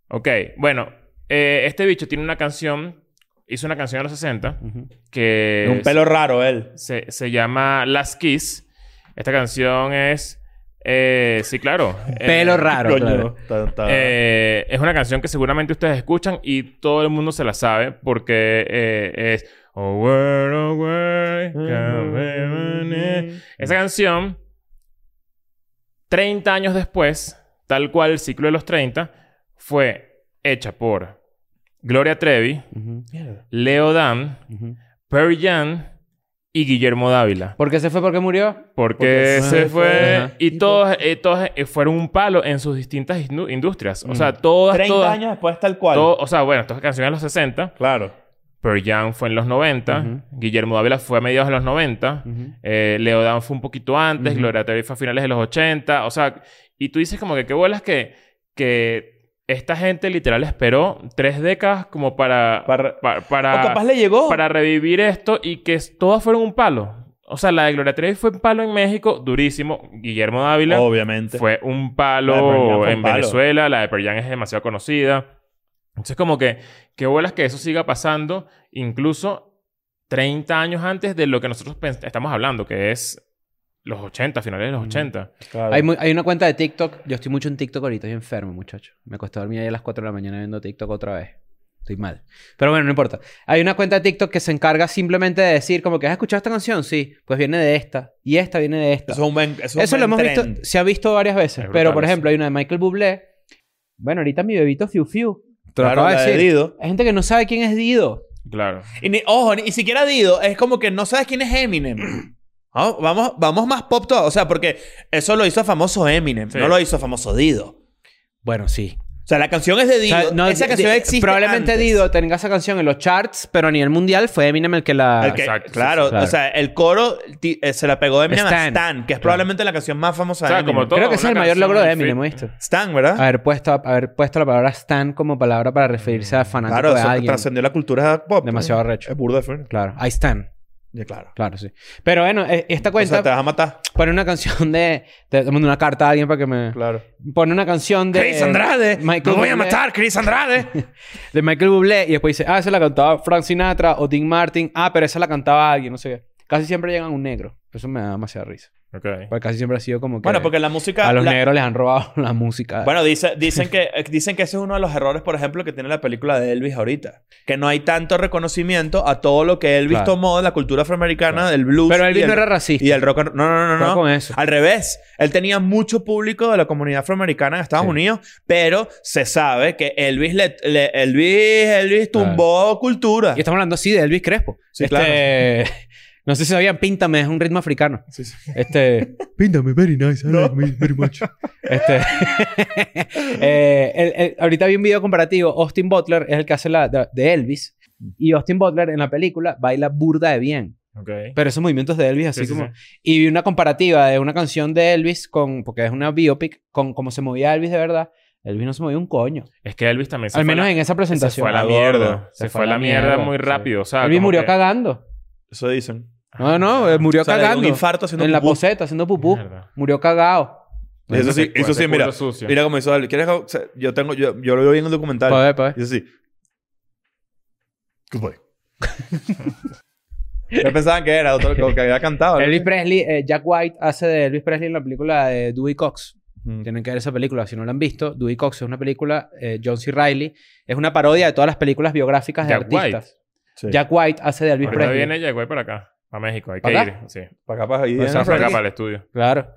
A: Ok. Bueno, eh, este bicho tiene una canción... Hizo una canción en los 60
B: Ujú.
A: que...
C: Un pelo raro él.
A: se, se llama Last Kiss. Esta canción es... eh, sí, claro. Eh,
B: Pelo raro.
C: Coño,
B: claro.
C: está- está-
A: eh, es una canción que seguramente ustedes escuchan y todo el mundo se la sabe porque eh, es... Oh, where, oh, where, can we- Esa canción, 30 años después, tal cual el ciclo de los 30, fue hecha por Gloria Trevi,
B: Ujú,
C: Mierda.
A: Leo Dan,
B: ujú.
A: Perry Jan y Guillermo Dávila.
B: ¿Por qué se fue? ¿Por qué murió?
A: Porque se fue
B: Ajá.
A: y todos, eh, todos eh, fueron un palo en sus distintas indu- industrias. O sea, todas,
C: 30
A: todas,
C: años después tal cual.
A: to- o sea, bueno, estas canciones en los 60,
C: Claro.
A: Pearl Jam fue en los 90,
B: Ujú.
A: Guillermo Dávila fue a mediados de los 90,
B: Ujú.
A: eh, Leo Dan fue un poquito antes,
B: Ujú.
A: Gloria Trevi fue a finales de los 80, o sea, y tú dices como que qué bolas que, que esta gente literal esperó tres décadas como para
C: Para-
A: pa-
C: o capaz le llegó.
A: para revivir esto y que s- todas fueron un palo. O sea, la de Gloria Trevi fue un palo en México, durísimo. Guillermo Dávila
C: Obviamente.
A: fue un
C: La de Pearl
A: palo
C: Jam fue un
A: en
C: palo.
A: Venezuela, la de Perjan es demasiado conocida. Entonces, como que, qué bolas que eso siga pasando, incluso 30 años antes de lo que nosotros pens- estamos hablando, que es los 80, finales de los 80.
C: Claro.
B: Hay, mu- hay una cuenta de TikTok. Yo estoy mucho en TikTok ahorita. Estoy enfermo, muchacho. Me costó dormir ayer a las 4 de la mañana viendo TikTok otra vez. Estoy mal. Pero bueno, no importa. Hay una cuenta de TikTok que se encarga simplemente de decir como que has escuchado esta canción, sí. Pues viene de esta. Y esta viene de esta.
C: Eso es un buen eso es un
B: Eso lo
C: buen
B: hemos
C: trend.
B: visto, se ha visto varias
A: Es
B: veces. pero,
A: brutal
B: por
A: eso.
B: ejemplo, hay una de Michael Bublé. Bueno, ahorita mi bebito Fiu Fiu. Te lo
C: Claro,
B: acabo de
C: la de
B: decir.
C: Dido.
B: Hay gente que no sabe quién es Dido.
A: Claro.
C: Y ni- ojo, ni, ni siquiera Dido. Es como que no sabes quién es Eminem. Ah, Vamos, vamos más pop todo. O sea, porque eso lo hizo famoso Eminem.
A: Sí.
C: No lo hizo famoso Dido.
B: Bueno, sí.
C: O sea, la canción es de
B: O
C: Dido.
B: sea, no,
C: Esa
B: di-
C: canción
B: di-
C: existe
B: Probablemente
C: antes.
B: Dido tenga esa canción en los charts, pero a nivel mundial fue Eminem el que la...
C: El que-
A: Ah, Exacto, sí,
C: claro,
B: sí, claro.
C: o sea, el coro ti- eh, se la pegó Eminem a
B: Stan.
C: Stan, que es probablemente la canción más famosa
A: O sea,
C: de Eminem.
A: como todo,
B: Creo que ese es el
A: una
B: mayor logro
A: canción
B: de
A: en
B: Eminem,
A: fit.
B: ¿viste?
C: Stan, ¿verdad?
B: Haber puesto, haber puesto la palabra stan como palabra para referirse a fanático
C: claro,
B: de
C: eso
B: alguien.
C: trascendió la cultura pop.
B: Demasiado arrecho.
C: Es burda de fino.
B: Claro, I stan.
C: Ya, claro.
B: Claro, sí. Pero bueno, eh, esta cuenta
C: O sea, te vas a matar.
B: pone una canción de... Te te mando una carta a alguien para que me...
C: Claro.
B: Pone una canción de...
C: Chris Andrade.
B: Eh, Michael
C: ¡Lo voy a
B: Bublé.
C: matar, Chris Andrade!
B: De Michael Bublé. Y después dice, ah, esa la cantaba Frank Sinatra o Dean Martin. Ah, pero esa la cantaba alguien, no sé qué. Casi siempre llegan un negro. Eso me da demasiada risa.
A: Ok.
B: Porque casi siempre ha sido como que...
C: Bueno, porque la música...
B: A los
C: la-
B: negros les han robado la música.
C: Bueno, dice- dicen, que, eh, dicen que ese es uno de los errores, por ejemplo, que tiene la película de Elvis ahorita. Que no hay tanto reconocimiento a todo lo que Elvis
B: Claro.
C: tomó de la cultura afroamericana, del blues.
B: Pero
C: y
B: Elvis
C: el-
B: no era racista.
C: Y el rock. and- No, no, no,
B: Fue
C: no.
B: con eso.
C: Al revés. Él tenía mucho público de la comunidad afroamericana en Estados
B: Sí.
C: Unidos, pero se sabe que Elvis, le, le- Elvis, Elvis
B: Claro.
C: tumbó cultura.
B: Y estamos hablando, sí, de Elvis Crespo. Este,
C: Sí, claro.
B: No sé si sabían, Píntame es un ritmo africano.
C: Sí, sí.
B: Este...
E: Píntame, very nice. I
C: No.
E: like me very much.
B: este eh, el- el- ahorita vi un video comparativo. Austin Butler es el que hace la de, de Elvis. Y Austin Butler en la película baila burda de bien.
A: Ok.
B: Pero esos movimientos de Elvis, así
A: Sí, sí,
B: como...
A: sí.
B: Y vi una comparativa de una canción de Elvis con... Porque es una biopic. Con cómo se movía Elvis de verdad. Elvis no se movía un coño.
A: Es que Elvis también se
B: Al
A: fue a
B: menos
A: la-
B: en esa
A: Se
B: presentación.
A: fue a la
C: presentación.
A: mierda.
C: Gordo.
A: Se, fue a la mierda, muy
B: sí.
A: rápido. O sea,
B: Elvis
A: como
B: murió
A: que- Ah,
B: cagando.
C: Eso dicen.
B: No, no, eh, murió
C: O sea, le dio
B: cagando.
C: un infarto haciendo
B: en la
C: pupú.
B: poseta, haciendo pupú.
A: Mierda.
B: Murió cagado.
C: Eso sí,
A: Ese-
C: eso sí,
A: ese
C: mira.
A: culo sucio.
C: Mira cómo hizo Elvis. ¿Quieres que- o sea, yo tengo, yo, yo lo vi en el documental.
B: Pa' ver, pa' ver.
C: Y así. Goodbye. ¿Qué pensaban que era? Otro, como que había cantado. ¿no?
B: Elvis Presley, eh, Jack White hace de Elvis Presley en la película de Dewey Cox.
C: Mm.
B: Tienen que ver esa película si no la han visto. Dewey Cox es una película, eh, John C. Riley, es una parodia de todas las películas biográficas de
A: Jack
B: artistas.
C: Sí.
B: Jack White hace de Elvis
A: Ahorita
B: Presley.
A: viene Jaguar para acá, a México. Hay que
B: ¿Para
A: ir. Sí.
C: Para acá, para ahí.
B: O sea,
C: ¿no?
A: Para acá,
C: Aquí.
A: para el estudio.
B: Claro.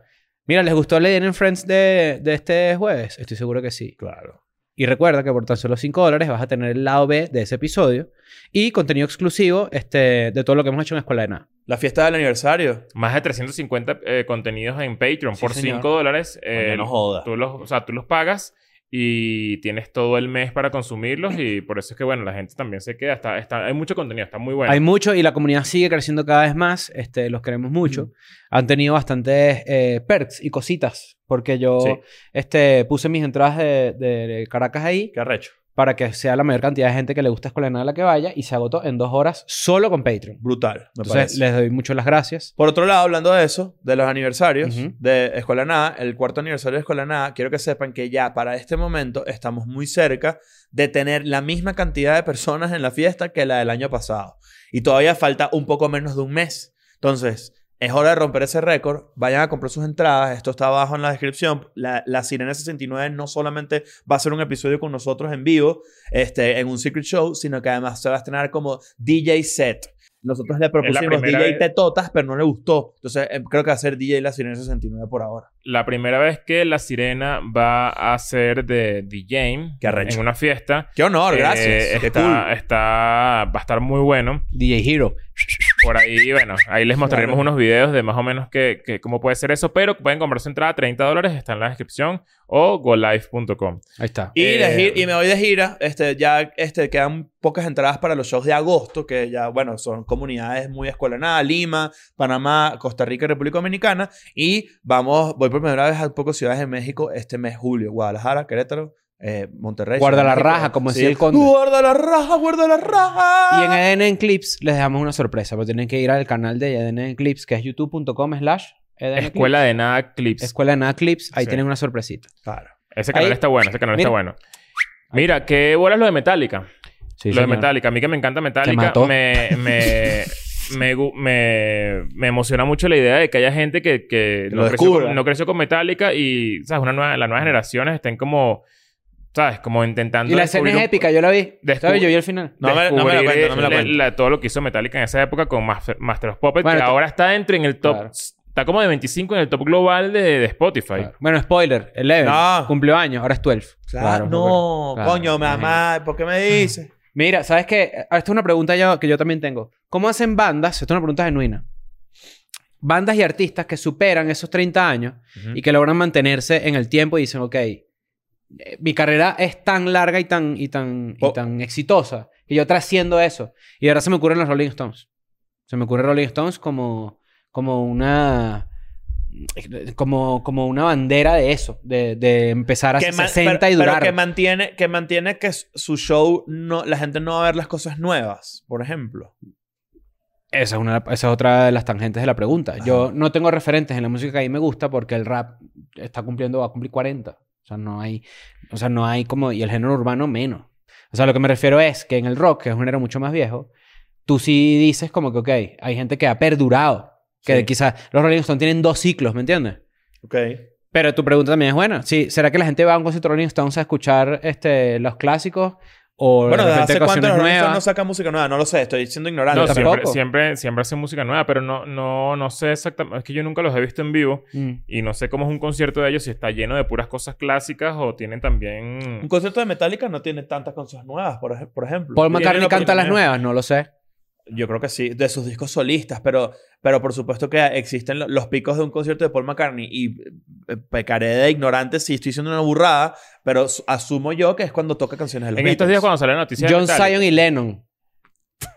B: Mira, ¿les gustó Lady and Friends de, de este jueves? Estoy seguro que sí.
C: Claro.
B: Y recuerda que por tan solo 5 dólares vas a tener el lado B de ese episodio y contenido exclusivo este, de todo lo que hemos hecho en Escuela de Nada.
C: La fiesta del aniversario.
A: Más de 350 eh, contenidos en Patreon
C: Sí,
A: por
C: señor.
A: 5 dólares. eh,
C: Coño, no joda.
A: Tú los, o sea, tú los pagas y tienes todo el mes para consumirlos y por eso es que, bueno, la gente también se queda. Está, está, hay mucho contenido, está muy bueno.
B: Hay mucho y la comunidad sigue creciendo cada vez más. Este, los queremos mucho. Han tenido bastantes eh, perks y cositas. Porque yo
C: Sí.
B: este, puse mis entradas de, de Caracas ahí
C: Qué arrecho.
B: para que sea la mayor cantidad de gente que le gusta Escuela de Nada la que vaya y se agotó en dos horas solo con Patreon.
C: Brutal, me
B: Entonces
C: parece.
B: les doy mucho las gracias.
C: Por otro lado, hablando de eso, de los aniversarios
B: Ujú.
C: de Escuela Nada, el cuarto aniversario de Escuela Nada, quiero que sepan que ya para este momento estamos muy cerca de tener la misma cantidad de personas en la fiesta que la del año pasado. Y todavía falta un poco menos de un mes. Entonces, es hora de romper ese récord. Vayan a comprar sus entradas. Esto está abajo en la descripción. La, la Sirena 69 no solamente va a ser un episodio con nosotros en vivo, este, en un secret show, sino que además se va a estrenar como DJ set. Nosotros le propusimos
A: primera
C: DJ
A: vez-
C: Tetotas, pero no le gustó. Entonces, eh, creo que va a ser DJ La Sirena 69 por ahora.
A: La primera vez que la sirena va a ser de DJ
C: Qué arrecho.
A: en una fiesta.
C: ¡Qué honor!
A: eh,
C: Gracias. ¡Qué
A: está,
C: cool!
A: está, va a estar muy bueno.
B: DJ Hero.
A: Por ahí, bueno, ahí les mostraremos unos videos de más o menos que, que- cómo puede ser eso, pero pueden comprar su entrada, 30 dólares, está en la descripción, o golife.com.
B: Ahí está.
C: Y, de
A: Eh,
C: gi- y me voy de gira. Este, ya este, quedan pocas entradas para los shows de agosto, que ya, bueno, son comunidades muy escuelanadas. Lima, Panamá, Costa Rica y República Dominicana. Y vamos, voy por primera vez a pocas ciudades de México este mes julio. Guadalajara, Querétaro, eh, Monterrey.
B: Guarda
C: Ciudad de
B: la
C: México.
B: raja, como decía el conde.
C: Guarda la raja, guarda la raja.
B: Y en EDN en Clips les dejamos una sorpresa, pero tienen que ir al canal de EDN en Clips, que es youtube.com slash EDN Clips.
A: Escuela de Nada Clips.
B: Escuela de Nada Clips. Ahí
A: Sí.
B: tienen una sorpresita.
C: Claro.
A: ese canal
B: ahí-
A: está bueno, ese canal
B: Mira.
A: está bueno. Mira, qué bolas lo de Metallica.
B: Sí,
A: lo de
B: señor.
A: Metallica. A mí que me encanta Metallica.
B: mató.
A: Me, me, me, gu- me, me emociona mucho la idea de que haya gente que, que
C: Que
A: no,
C: lo
A: creció
C: descubra.
A: con, no creció con Metallica y, ¿sabes? Una nueva, las nuevas generaciones estén como, ¿sabes? Como intentando.
B: Y la escena
A: descubrir
B: es
A: un-
B: épica, yo la vi.
A: Descub-
B: ¿Sabes? Yo vi el final.
C: No me- no me la
A: descubrir,
C: cuento, no me la
A: eh,
C: cuento.
A: la- todo lo que hizo Metallica en esa época con Master, Master of Puppets,
B: Bueno,
A: que
B: te-
A: ahora está dentro en el top.
B: Claro.
A: Está como de 25 en el top global de, de Spotify.
B: Claro. Bueno, spoiler. 11.
C: No.
B: Cumplió año. Ahora es 12.
C: Claro,
B: bueno.
C: no,
B: claro, Mm.
C: coño, mamá, ¿por qué me dices?
B: Mira, ¿sabes qué? Ah, Esta es una pregunta yo- que yo también tengo. ¿Cómo hacen bandas? Esta es una pregunta genuina. Bandas y artistas que superan esos 30 años y que logran mantenerse en el tiempo y dicen, ok, eh, mi carrera es tan larga y tan, y tan, y
C: Oh.
B: tan exitosa que yo trasciendo eso. Y ahora se me ocurren los Rolling Stones. Se me ocurre Rolling Stones como, como una... eh, Como, como una bandera de eso, de, de empezar a
C: Que man-
B: 60
C: pero-
B: y durar.
C: Pero que mantiene, que mantiene que su- su show, no, la gente no va a ver las cosas nuevas, por ejemplo.
B: Esa es, una, esa es otra de las tangentes de la pregunta.
C: Ajá.
B: Yo no tengo referentes en la música que a mí me gusta porque el rap está cumpliendo, va a cumplir 40. O sea, no hay, o sea, no hay como, y el género urbano menos. O sea, lo que me refiero es que en el rock, que es un género mucho más viejo, tú sí dices como que, ok, hay gente que ha perdurado. Que
C: Sí.
B: quizás los Rolling Stones tienen dos ciclos, ¿me entiendes?
C: Ok.
B: Pero tu pregunta también es buena. Sí, ¿será que la gente va a un concierto de Rolling Stones a escuchar este, los clásicos? O
C: Bueno,
B: de
C: ¿de
B: repente
C: hace cuánto
B: canciones
C: los Rolling Stones
B: nuevas?
C: no sacan música nueva? No lo sé, estoy siendo ignorante.
A: No,
B: Yo
A: siempre,
B: tampoco.
A: siempre, siempre hacen música nueva, pero no, no, no sé exactamente. Es que yo nunca los he visto en vivo
B: Mm.
A: y no sé cómo es un concierto de ellos, si está lleno de puras cosas clásicas o tienen también.
C: Un concierto de Metallica no tiene tantas cosas nuevas, por, ej- por ejemplo.
B: Paul
C: Tiene
B: McCartney
C: la
B: canta las
C: oportunidad.
B: nuevas, no lo sé.
C: Yo creo que sí, de sus discos solistas, pero, pero por supuesto que existen lo- los picos de un concierto de Paul McCartney y eh, pecaré de ignorante si estoy diciendo una burrada, pero s- asumo yo que es cuando toca canciones de los
A: En estos
C: Beatles.
A: días, cuando salió la noticia de
B: John
A: Metallica,
B: Zion y Lennon.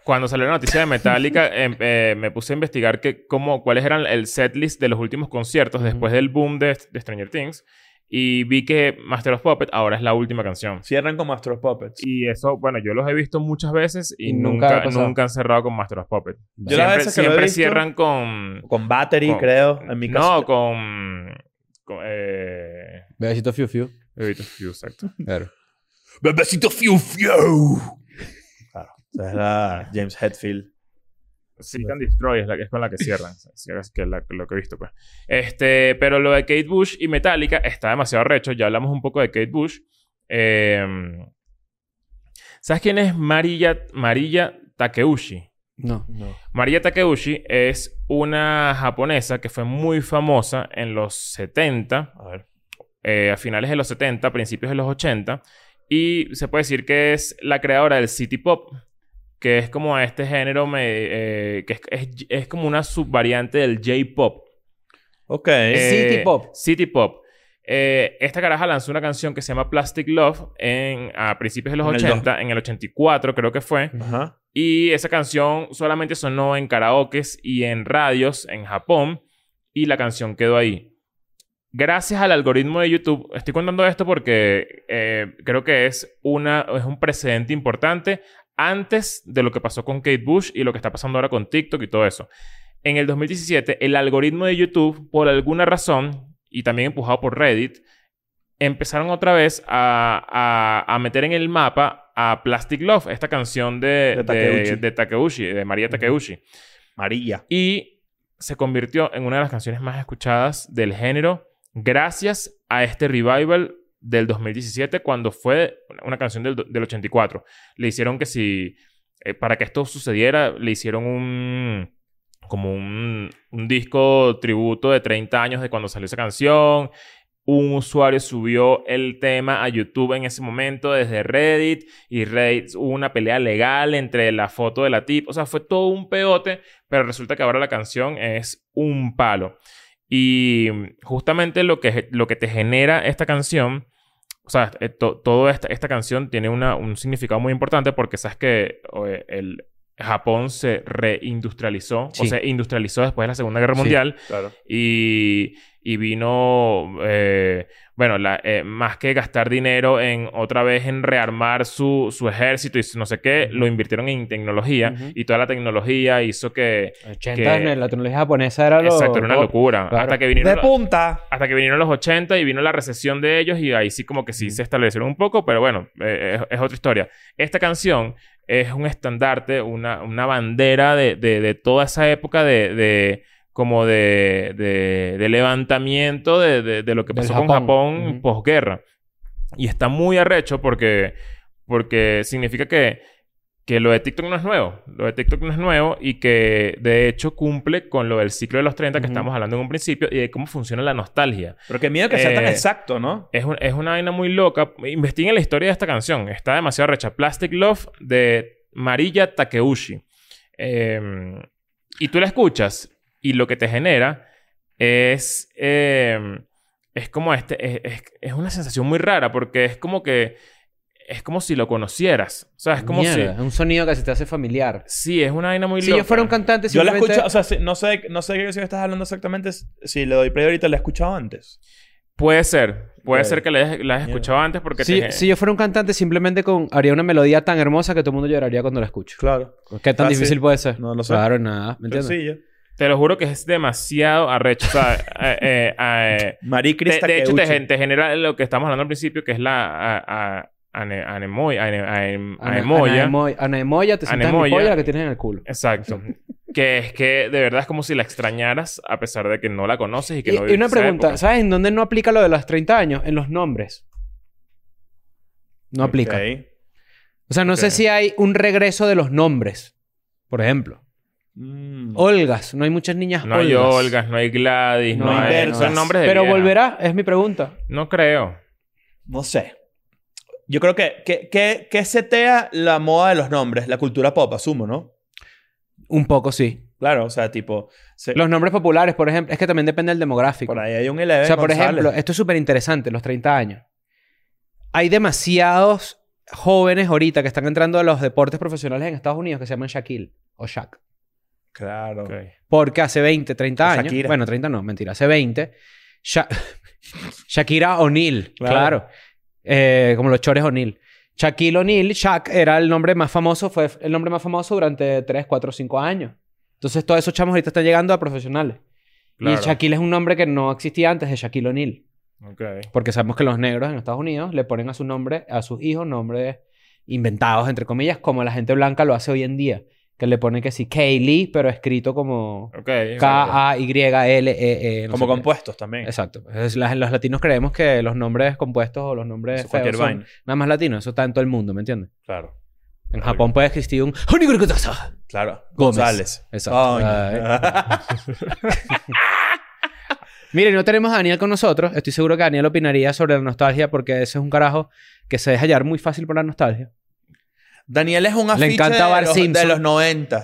A: cuando salió la noticia de Metallica, em, eh, me puse a investigar que, cómo, cuáles eran el setlist de los últimos conciertos después del boom de, de Stranger Things y vi que Master of Puppet ahora es la última canción.
C: Cierran con Master of Puppets.
A: Y eso, bueno, yo los he visto muchas veces y,
B: Y nunca ha
A: nunca,
B: pasado.
A: nunca, han cerrado con Master of Puppet.
C: Yo las
A: siempre
C: veces que lo he
A: siempre
C: visto-
A: cierran con,
C: Con Battery,
A: Con- eh,
C: creo, en mi caso.
A: No, con. con eh,
B: Bebecito Fiu Fiu.
A: Bebito Fiu, exacto.
B: Claro.
C: Bebecito Fiu Fiu. Claro. Esa es la James Hetfield.
A: Seek and Destroy es, la, que- es con la que cierran. Sí, es que la- lo que he visto, pues. Este, pero lo de Kate Bush y Metallica está demasiado recho. Ya hablamos un poco de Kate Bush. Eh, ¿Sabes quién es Marilla, Marilla Takeuchi?
B: No.
C: No.
A: María Takeuchi es una japonesa que fue muy famosa en los 70,
C: A ver.
A: eh, a finales de los 70, principios de los 80, y se puede decir que es la creadora del City Pop, que es como a este género me- eh, que es, es- es como una subvariante del J-pop.
C: Ok.
A: Eh,
B: City Pop.
A: City Pop. Eh, esta caraja lanzó una canción que se llama Plastic Love en, a principios de los
C: En el
A: 80, en el 84 creo que fue.
C: Ajá.
A: Y esa canción solamente sonó en karaokes y en radios en Japón. Y la canción quedó ahí. Gracias al algoritmo de YouTube, estoy contando esto porque eh, creo que es, una, es un precedente importante antes de lo que pasó con Kate Bush y lo que está pasando ahora con TikTok y todo eso. En el 2017, el algoritmo de YouTube, por alguna razón, y también empujado por Reddit, empezaron otra vez a, a- a meter en el mapa a Plastic Love, esta canción de,
C: De
A: de,
C: Takeuchi.
A: de Takeuchi, de María Takeuchi.
C: María.
A: Y se convirtió en una de las canciones más escuchadas del género gracias a este revival del 2017 cuando fue una canción del, do- del 84. Le hicieron que si... eh, para que esto sucediera, le hicieron un... Como un, un disco tributo de 30 años de cuando salió esa canción. Un usuario subió el tema a YouTube en ese momento desde Reddit. Y Reddit hubo una pelea legal entre la foto de la tip. O sea, fue todo un peote. Pero resulta que ahora la canción es un palo. Y justamente lo que, lo que te genera esta canción, o sea, eh, to- toda esta, esta canción tiene una, un significado muy importante porque sabes que o, eh, el Japón se reindustrializó,
B: Sí.
A: o se industrializó después de la Segunda Guerra Mundial
C: Claro.
A: y, y vino, eh, bueno, la- eh, más que gastar dinero en otra vez en rearmar su, su ejército y su no sé qué, lo invirtieron en tecnología
B: Ujú.
A: y toda la tecnología hizo que...
B: 80
A: que-
B: la tecnología japonesa era lo...
A: Exacto, era una locura.
B: claro.
A: Hasta, que
C: De
A: vinieron, los-
C: punta.
A: hasta que vinieron los 80 y vino la recesión de ellos y ahí sí como que sí se establecieron un poco, pero bueno, eh, es, es otra historia. Esta canción es un estandarte, una, una bandera de, de- de toda esa época de... de- como de, de- de levantamiento de, de- de lo que
B: Del
A: pasó con
B: Japón.
A: Japón
B: Ujú.
A: posguerra. Y está muy arrecho porque, porque significa que, que lo de TikTok no es nuevo. Lo de TikTok no es nuevo y que de hecho cumple con lo del ciclo de los 30 que
B: Ujú.
A: estamos hablando en un principio y de cómo funciona la nostalgia.
C: Pero qué miedo que sea tan
A: Eh,
C: exacto, ¿no?
A: Es, un- es una vaina muy loca. Investiguen la historia de esta canción. Está demasiado recha. Plastic Love de Marilla Takeuchi. Eh, y tú la escuchas y lo que te genera es... eh, es como este... Es, es- es una sensación muy rara porque es como que... Es como si lo conocieras. O sea, es como
B: Mierda,
A: si...
B: es un sonido que se te hace familiar.
A: Sí, es una vaina muy
B: Si
A: loca.
B: yo fuera un cantante,
C: Yo la
B: simplemente...
C: escucho, o sea, si- no sé, no sé de qué canción estás hablando exactamente. Si le doy play ahorita, la he escuchado antes.
A: Puede ser. Puede
C: Ok.
A: ser que la hayas la hayas escuchado antes porque...
B: si,
A: te-
B: si yo fuera un cantante, simplemente con, haría una melodía tan hermosa que todo el mundo lloraría cuando la escucho.
C: Claro.
B: ¿Qué
A: Ah,
B: tan
C: Fácil.
B: difícil puede ser?
C: No lo sé.
B: Claro, nada. ¿Me entiendes?
C: Sencillo.
A: Te lo juro que es demasiado arrecho. O sea, eh, eh, eh,
C: Marie
A: De,
C: Crista
A: de hecho, te,
C: Takeuchi.
A: gen- te genera lo que estamos hablando al principio, que es la a- a- ane- anemoia. ane- aem-
B: Ana-
A: anemoya.
B: Anaemo- Anaemoya, te sientas en mi
A: Anaemoya.
B: polla la que tienes en el culo.
A: Exacto. que es que de verdad es como si la extrañaras a pesar de que no la conoces y que
B: Y,
A: no
B: y
A: viviste
B: una
A: esa
B: pregunta,
A: época.
B: ¿sabes en dónde no aplica lo de los 30 años? En los nombres. No aplica.
C: Ok.
B: O sea, no sé
C: Ok.
B: si hay un regreso de los nombres, por ejemplo.
C: Mm.
B: Olgas, no hay muchas niñas
A: No hay Olgas, no hay Gladys, no,
B: No hay
A: hay...
C: Bersas.
A: Son nombres de
B: Pero
A: vieja.
B: volverá, es mi pregunta.
A: No creo.
C: No sé. Yo creo que, que, que, que setea la moda de los nombres, la cultura pop, asumo, ¿no?
B: Un poco, sí.
C: Claro, o sea, tipo. se-
B: Los nombres populares, por ejemplo, es que también depende del demográfico.
C: por
B: O
C: ahí hay un Eleven.
B: sea, por
C: González.
B: ejemplo, eh, esto es súper interesante, los 30 años. Hay demasiados jóvenes ahorita que están entrando a los deportes profesionales en Estados Unidos que se llaman Shaquille o Shaq.
C: Claro.
A: Ok.
B: Porque hace 20, 30
C: O
B: años.
C: Shakira.
B: Bueno, 30 no, mentira. Hace 20. Sha- Shakira O'Neal,
C: Claro.
B: claro. Eh, como los chores O'Neal. Shaquille O'Neal, Shaq era el nombre más famoso, fue el nombre más famoso durante 3, 4, 5 años. Entonces, todos esos chamos ahorita están llegando a profesionales.
A: Claro.
B: Y Shaquille es un nombre que no existía antes de Shaquille O'Neal.
A: Ok.
B: Porque sabemos que los negros en Estados Unidos le ponen a su nombre, a sus hijos, nombres inventados, entre comillas, como la gente blanca lo hace hoy en día. Que le ponen que sí, Kaylee, pero escrito como
A: Ok.
C: E
B: K-A-Y-L-E-E. E no sé
C: Como
B: qué.
C: compuestos también.
B: Exacto. Es- la- los latinos creemos que los nombres compuestos o los nombres
C: Eso es cualquier
B: feos son
C: vaina.
B: nada más latinos. Eso está en todo el mundo, ¿me entiendes?
C: Claro.
B: En Japón puede existir un... Honigurukutasa.
C: Claro.
B: Gómez.
C: González.
B: Exacto.
C: Coño.
B: Miren, no tenemos a Daniel con nosotros. Estoy seguro que Daniel opinaría sobre la nostalgia porque ese es un carajo que se deja hallar muy fácil por la nostalgia.
C: Daniel es un afiche
B: encanta
C: de,
B: Bart
C: los,
B: Simpson.
C: de los 90.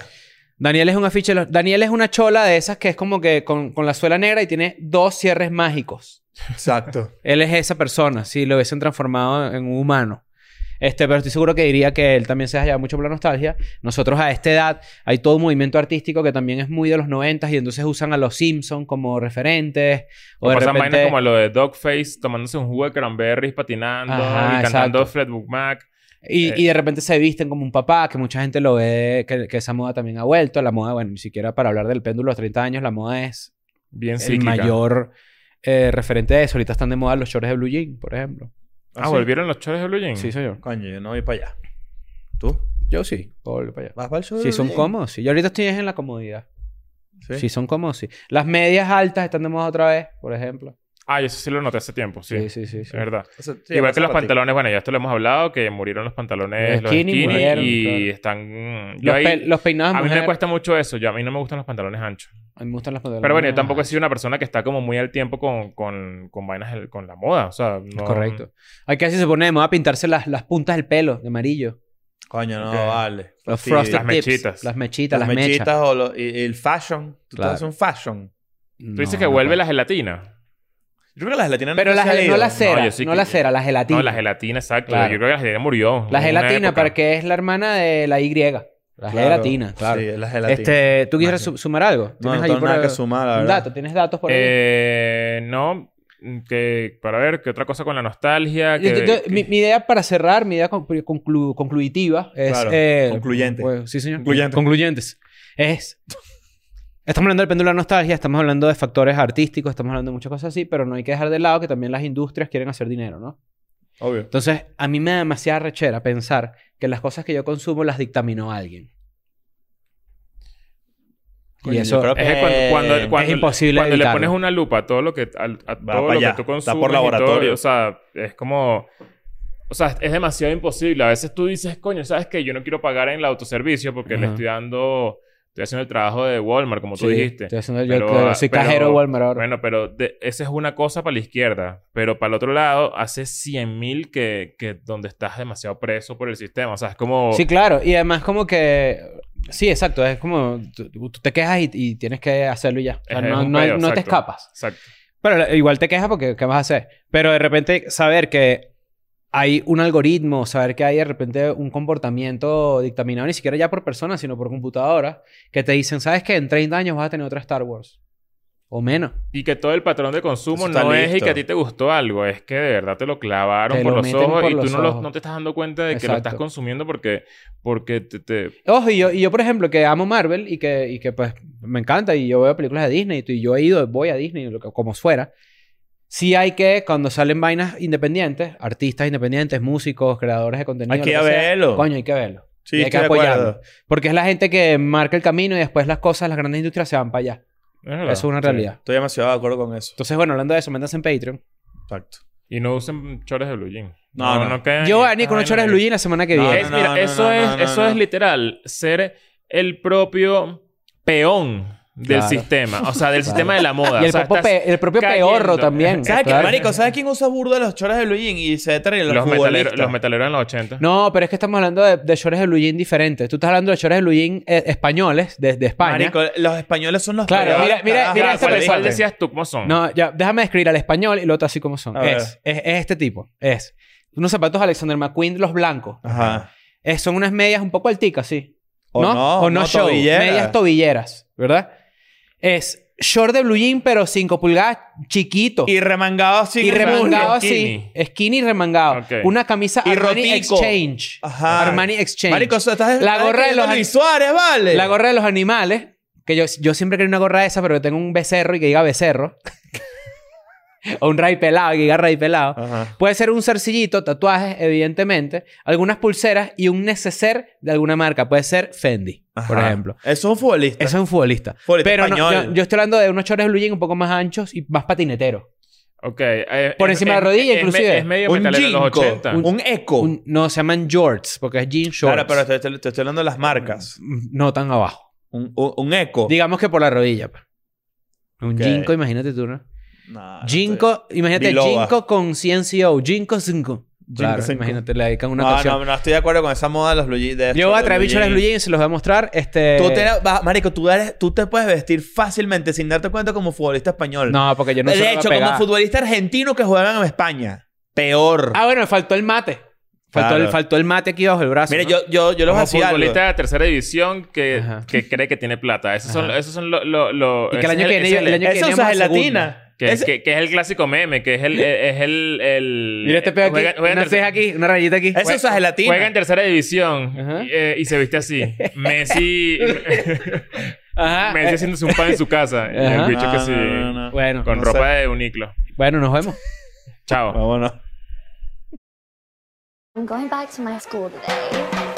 B: Daniel es un afiche. de los- Daniel es una chola de esas que es como que con, con la suela negra y tiene dos cierres mágicos.
C: Exacto.
B: Él es esa persona, si lo hubiesen transformado en un humano. Este, pero estoy seguro que diría que él también se halla mucho por la nostalgia. Nosotros a esta edad hay todo un movimiento artístico que también es muy de los 90 y entonces usan a los Simpsons como referentes. O,
A: O
B: de
A: pasan vainas
B: repente...
A: como lo de Dogface, tomándose un jugo de cranberries, patinando
B: Ajá,
A: y cantando
B: exacto.
A: Fleetwood Mac.
B: Y,
A: Eh.
B: y de repente se visten como un papá, que mucha gente lo ve, que, que esa moda también ha vuelto. La moda, bueno, ni siquiera para hablar del péndulo de los 30 años, la moda es
A: Bien
B: el
A: cíclica.
B: mayor eh, referente de eso. Ahorita están de moda los shorts de blue jean, por ejemplo.
A: Ah, ¿volvieron los chores de Blue Jean?
B: Sí, señor.
C: Coño, yo no voy para allá. ¿Tú?
B: Yo sí. Voy para allá.
C: ¿Vas para el show?
B: Si
C: de
B: son
A: Mm.
C: Blue Jean?
B: cómodos, sí. Yo ahorita estoy en la comodidad.
C: Sí.
B: Si son cómodos, sí. Las medias altas están de moda otra vez, por ejemplo.
A: Ah, yo eso sí lo noté hace tiempo, sí.
B: Sí, sí, sí.
A: Es
B: sí.
A: verdad.
C: O sea, sí,
A: Igual
C: pasa
A: que los
C: para ti.
A: pantalones, bueno, ya esto lo hemos hablado, que murieron los pantalones,
B: Los
A: los skinny,
B: skinny murieron,
A: y
B: claro.
A: están... mm, yo
B: Los,
A: ahí-
B: pe- los peinados de
A: a mí
B: mujer-
A: me cuesta mucho eso. Yo, a mí no me gustan los pantalones anchos.
B: A mí me gustan las pantalones.
A: Pero bueno, yo tampoco he sido una persona que está como muy al tiempo con, con, con vainas, del- con la moda. O sea,
B: Es
A: no-
B: correcto. Hay que así se pone de moda pintarse las, las puntas del pelo de amarillo.
C: Coño, no,
A: Ok.
C: vale.
B: Los
C: Sí.
B: frosted
A: Las
B: tips.
A: mechitas.
B: Las mechitas,
C: Las
B: las, mechas.
C: mechitas o los- y- y el fashion. Tú
B: Claro.
C: haces un fashion.
A: Tú dices que vuelve la gelatina.
C: Yo creo que las latinas
B: Pero la, gel- no la cera,
A: No,
B: no,
A: yo sí que-
B: la cera, la gelatina.
A: No, la gelatina, exacto.
B: Claro.
A: Yo creo que la gelatina murió.
B: La gelatina,
A: para que
B: porque es la hermana de la Y. La gelatina, claro.
C: Sí, la gelatina.
B: Este, ¿Tú quieres
C: Imagínate.
B: su- sumar algo?
C: no,
B: ¿Tienes
C: no
B: ahí
C: tengo
B: por
C: nada que
B: ahí
C: sumar, la
B: un
C: verdad.
B: dato? ¿Tienes datos por ahí?
A: Eh, no, que para ver qué otra cosa con la nostalgia.
B: Yo-
A: que-
B: yo- yo-
A: que-
B: mi, mi idea para cerrar, mi idea conclu- conclu- concluitiva es...
C: Claro,
B: eh,
C: concluyente.
B: pues, sí, señor.
C: Concluyente.
B: Concluyentes. Es... Estamos hablando del péndulo de la nostalgia, estamos hablando de factores artísticos, estamos hablando de muchas cosas así, pero no hay que dejar de lado que también las industrias quieren hacer dinero, ¿no?
C: Obvio.
B: Entonces, a mí me da demasiada rechera pensar que las cosas que yo consumo las dictaminó alguien.
C: Coño,
B: y
C: yo
B: eso
C: creo
A: Es que cuando, cuando, cuando-
B: imposible
A: cuando le
B: evitarlo.
A: pones una lupa a todo lo que, a, a
C: Va
A: todo
C: pa'
A: lo
C: allá,
A: que tú
C: da por
A: consumes. y
C: laboratorio.
A: todo, o sea, es como. O sea, es demasiado imposible. A veces tú dices, coño, ¿sabes qué? Yo no quiero pagar en el autoservicio porque le
B: Ajá.
A: estoy dando. Estoy haciendo el trabajo de Walmart, como tú
B: Sí,
A: dijiste.
B: estoy haciendo- yo
A: Pero,
B: claro,
A: ah,
B: soy
A: pero-
B: cajero de Walmart ahora.
A: Bueno, pero de- esa es una cosa para la izquierda. Pero para el otro lado, hace 100.000 que, que donde estás demasiado preso por el sistema. O sea, es como...
B: Sí, claro. Y además como que... Sí, exacto. Es como... Tú, tú te quejas y, y tienes que hacerlo y ya. O sea,
A: Es- es
B: no
A: un
B: no hay-
A: pedo,
B: no te
A: exacto.
B: escapas.
A: Exacto.
B: Pero la- igual te quejas porque ¿qué vas a hacer? Pero de repente saber que hay un algoritmo, saber que hay de repente un comportamiento dictaminado ni siquiera ya por personas, sino por computadora, que te dicen, ¿sabes qué? En 30 años vas a tener otra Star Wars. O menos.
A: Y que todo el patrón de consumo
C: Eso está
A: no es y
C: listo.
A: que a ti te gustó algo, es que de verdad te lo clavaron
B: Te
A: por
B: lo
A: los
B: meten
A: ojos
B: por
A: y tú
B: los
A: no, lo-
B: ojos.
A: no te estás dando cuenta de que lo estás
B: Exacto.
A: consumiendo porque, porque te, te-
B: Ojo, y yo, y yo, por ejemplo, que amo Marvel y que, y que pues me encanta y yo veo películas de Disney y tú- y yo he ido, voy a Disney, lo que- como fuera. Sí hay que, cuando salen vainas independientes, artistas independientes, músicos, creadores de contenido...
C: Hay que
B: lo sea,
C: verlo.
B: Coño, hay que verlo.
C: Sí,
B: Y hay
C: estoy
B: que
C: de
B: apoyarlo.
C: acuerdo.
B: Porque es la gente que marca el camino y después las cosas, las grandes industrias se van para allá.
A: es verdad,
B: Eso es una
A: Ah, sí.
B: realidad.
C: Estoy demasiado de acuerdo con eso.
B: Entonces, bueno, hablando de eso, métanse en Patreon.
C: Exacto.
A: Y no usen chores de blue jean.
C: No, no.
A: quedan-
B: Giovanni con
A: Ay,
B: un chores
A: no,
B: Blue Jean la semana que
C: No,
B: viene.
A: Es- mira,
C: no,
A: eso
C: no,
A: es,
C: no, no,
A: eso
C: no.
A: es literal, ser el propio peón del
B: Claro.
A: sistema, o sea, del sistema de la moda.
B: y
A: O
B: el,
A: sea,
B: propio
A: estás-
B: pe- el propio
A: cayendo.
B: peorro también.
C: ¿Sabes qué,
B: claro.
C: marico? ¿Sabes quién usa burda los choras de Blue Jean y se ve terrible?
A: los, metaleros,
C: futbolistas.
A: los metaleros en los 80.
B: No, pero es que estamos hablando de, de shorts de Blue Jean diferentes. Tú estás hablando de shorts de Blue Jean eh, españoles, de, de España.
C: Marico, los españoles son los
B: Claro, mira-
C: peores,
B: mira-
C: carajo,
B: mira
A: Mira,
B: ese
A: Ah, ¿cuál,
C: futbolistas.
A: cuál decías tú? ¿Cómo son?
B: No, ya, déjame describir al español y lo otro así como son.
C: A ver.
B: Es, es- es este tipo. Es unos zapatos Alexander McQueen, los blancos.
C: Ajá.
B: Es- son unas medias un poco alticas, sí.
C: O no,
B: o no,
C: no
B: show.
C: tobilleras.
B: Medias tobilleras, ¿verdad? Es short de blue jean, pero 5 pulgadas, chiquito.
C: Y remangado así.
B: Y
C: con-
B: remangado
A: Skinny.
B: así. Skinny y remangado.
A: Ok.
B: Una camisa
C: Y
B: Armani
C: rotico.
B: Exchange.
C: Ajá.
B: Armani Exchange.
C: Marico, eso estás
B: La
C: estás
B: gorra de los
C: describiendo a Luis
B: an-
C: Suárez, vale.
B: La gorra de los animales. Que yo, yo siempre quería una gorra de esa, pero que tengo un becerro y que diga becerro. o un ray pelado, que diga ray pelado.
C: Ajá.
B: Puede ser un cercillito, tatuajes, evidentemente. Algunas pulseras y un neceser de alguna marca. Puede ser Fendi, por
C: Ajá.
B: ejemplo.
C: Eso es un futbolista.
B: Eso es un futbolista.
C: Futbolista
B: Pero no,
C: español.
B: yo, yo estoy hablando de unos chores blue jean un poco más anchos y más patineteros.
A: Ok. eh,
B: Por
A: es-
B: encima de
A: es-
B: la rodilla,
A: es me-
B: inclusive.
A: Es medio
C: un
A: metalero en los
C: jinko.
A: 80.
C: Un, un eco.
B: Un- no, se llaman jorts, porque es jean shorts.
C: Oh. Claro, pero te, te- te estoy hablando de las marcas.
B: No tan abajo.
C: Un, un, un eco.
B: Digamos que por la rodilla. pa. Un
C: Ok.
B: jinko, imagínate tú, ¿no?
C: No, no estoy-
B: Jinko, imagínate,
C: Ah, Biloba.
B: Jinko con CNCO, Jinko 5. Claro,
C: Jingle
B: imagínate, le dedican una
C: no,
B: canción.
C: no, no estoy de acuerdo con esa moda de los Blue Jeans. de
B: Yo voy a
C: estos
B: traer bicho a las Blue Jeans y se los voy a mostrar. Este...
C: Tú te, vas- marico, tú, eres- tú te puedes vestir fácilmente sin darte cuenta como futbolista español.
B: No, porque yo no se los
C: de
B: voy a
C: hecho,
B: pegar.
C: como futbolista argentino que juegan en España. Peor.
B: Ah, bueno, faltó el mate. Faltó,
C: Claro.
B: el, faltó el mate aquí bajo el brazo.
C: Mire,
B: ¿no?
C: yo, yo, yo los
A: Como
C: hacía algo.
A: futbolista de tercera división que,
B: Ajá.
A: que cree que tiene plata. Esos son,
B: Ajá.
A: esos son los... Lo, lo-
B: Y que el
A: ese
B: año
A: es
B: que viene-
A: ese es
B: el año que
C: Eso
B: viene
C: usa
B: vamos a segunda.
C: gelatina.
A: Que,
C: Ese-
A: que- que es el clásico meme, que es el... Es el, el
B: Mira este pedo aquí.
A: juega- juega en
B: una
A: tercera-
B: ceja aquí, una rayita aquí.
C: Eso usa gelatina.
A: Juega en tercera división
B: Ajá.
A: y, eh, y se viste así. Messi,
B: Ajá.
A: Messi
B: eh,
A: haciéndose un pan en su casa. Y
B: Ajá.
A: el bicho
C: No,
A: que
C: no,
A: sí.
C: Ah, no, no, no.
B: Bueno,
A: Con
C: no
A: ropa de uniclo.
B: bueno, nos vemos.
A: Chao.
C: Vámonos.
D: I'm going back to my school today.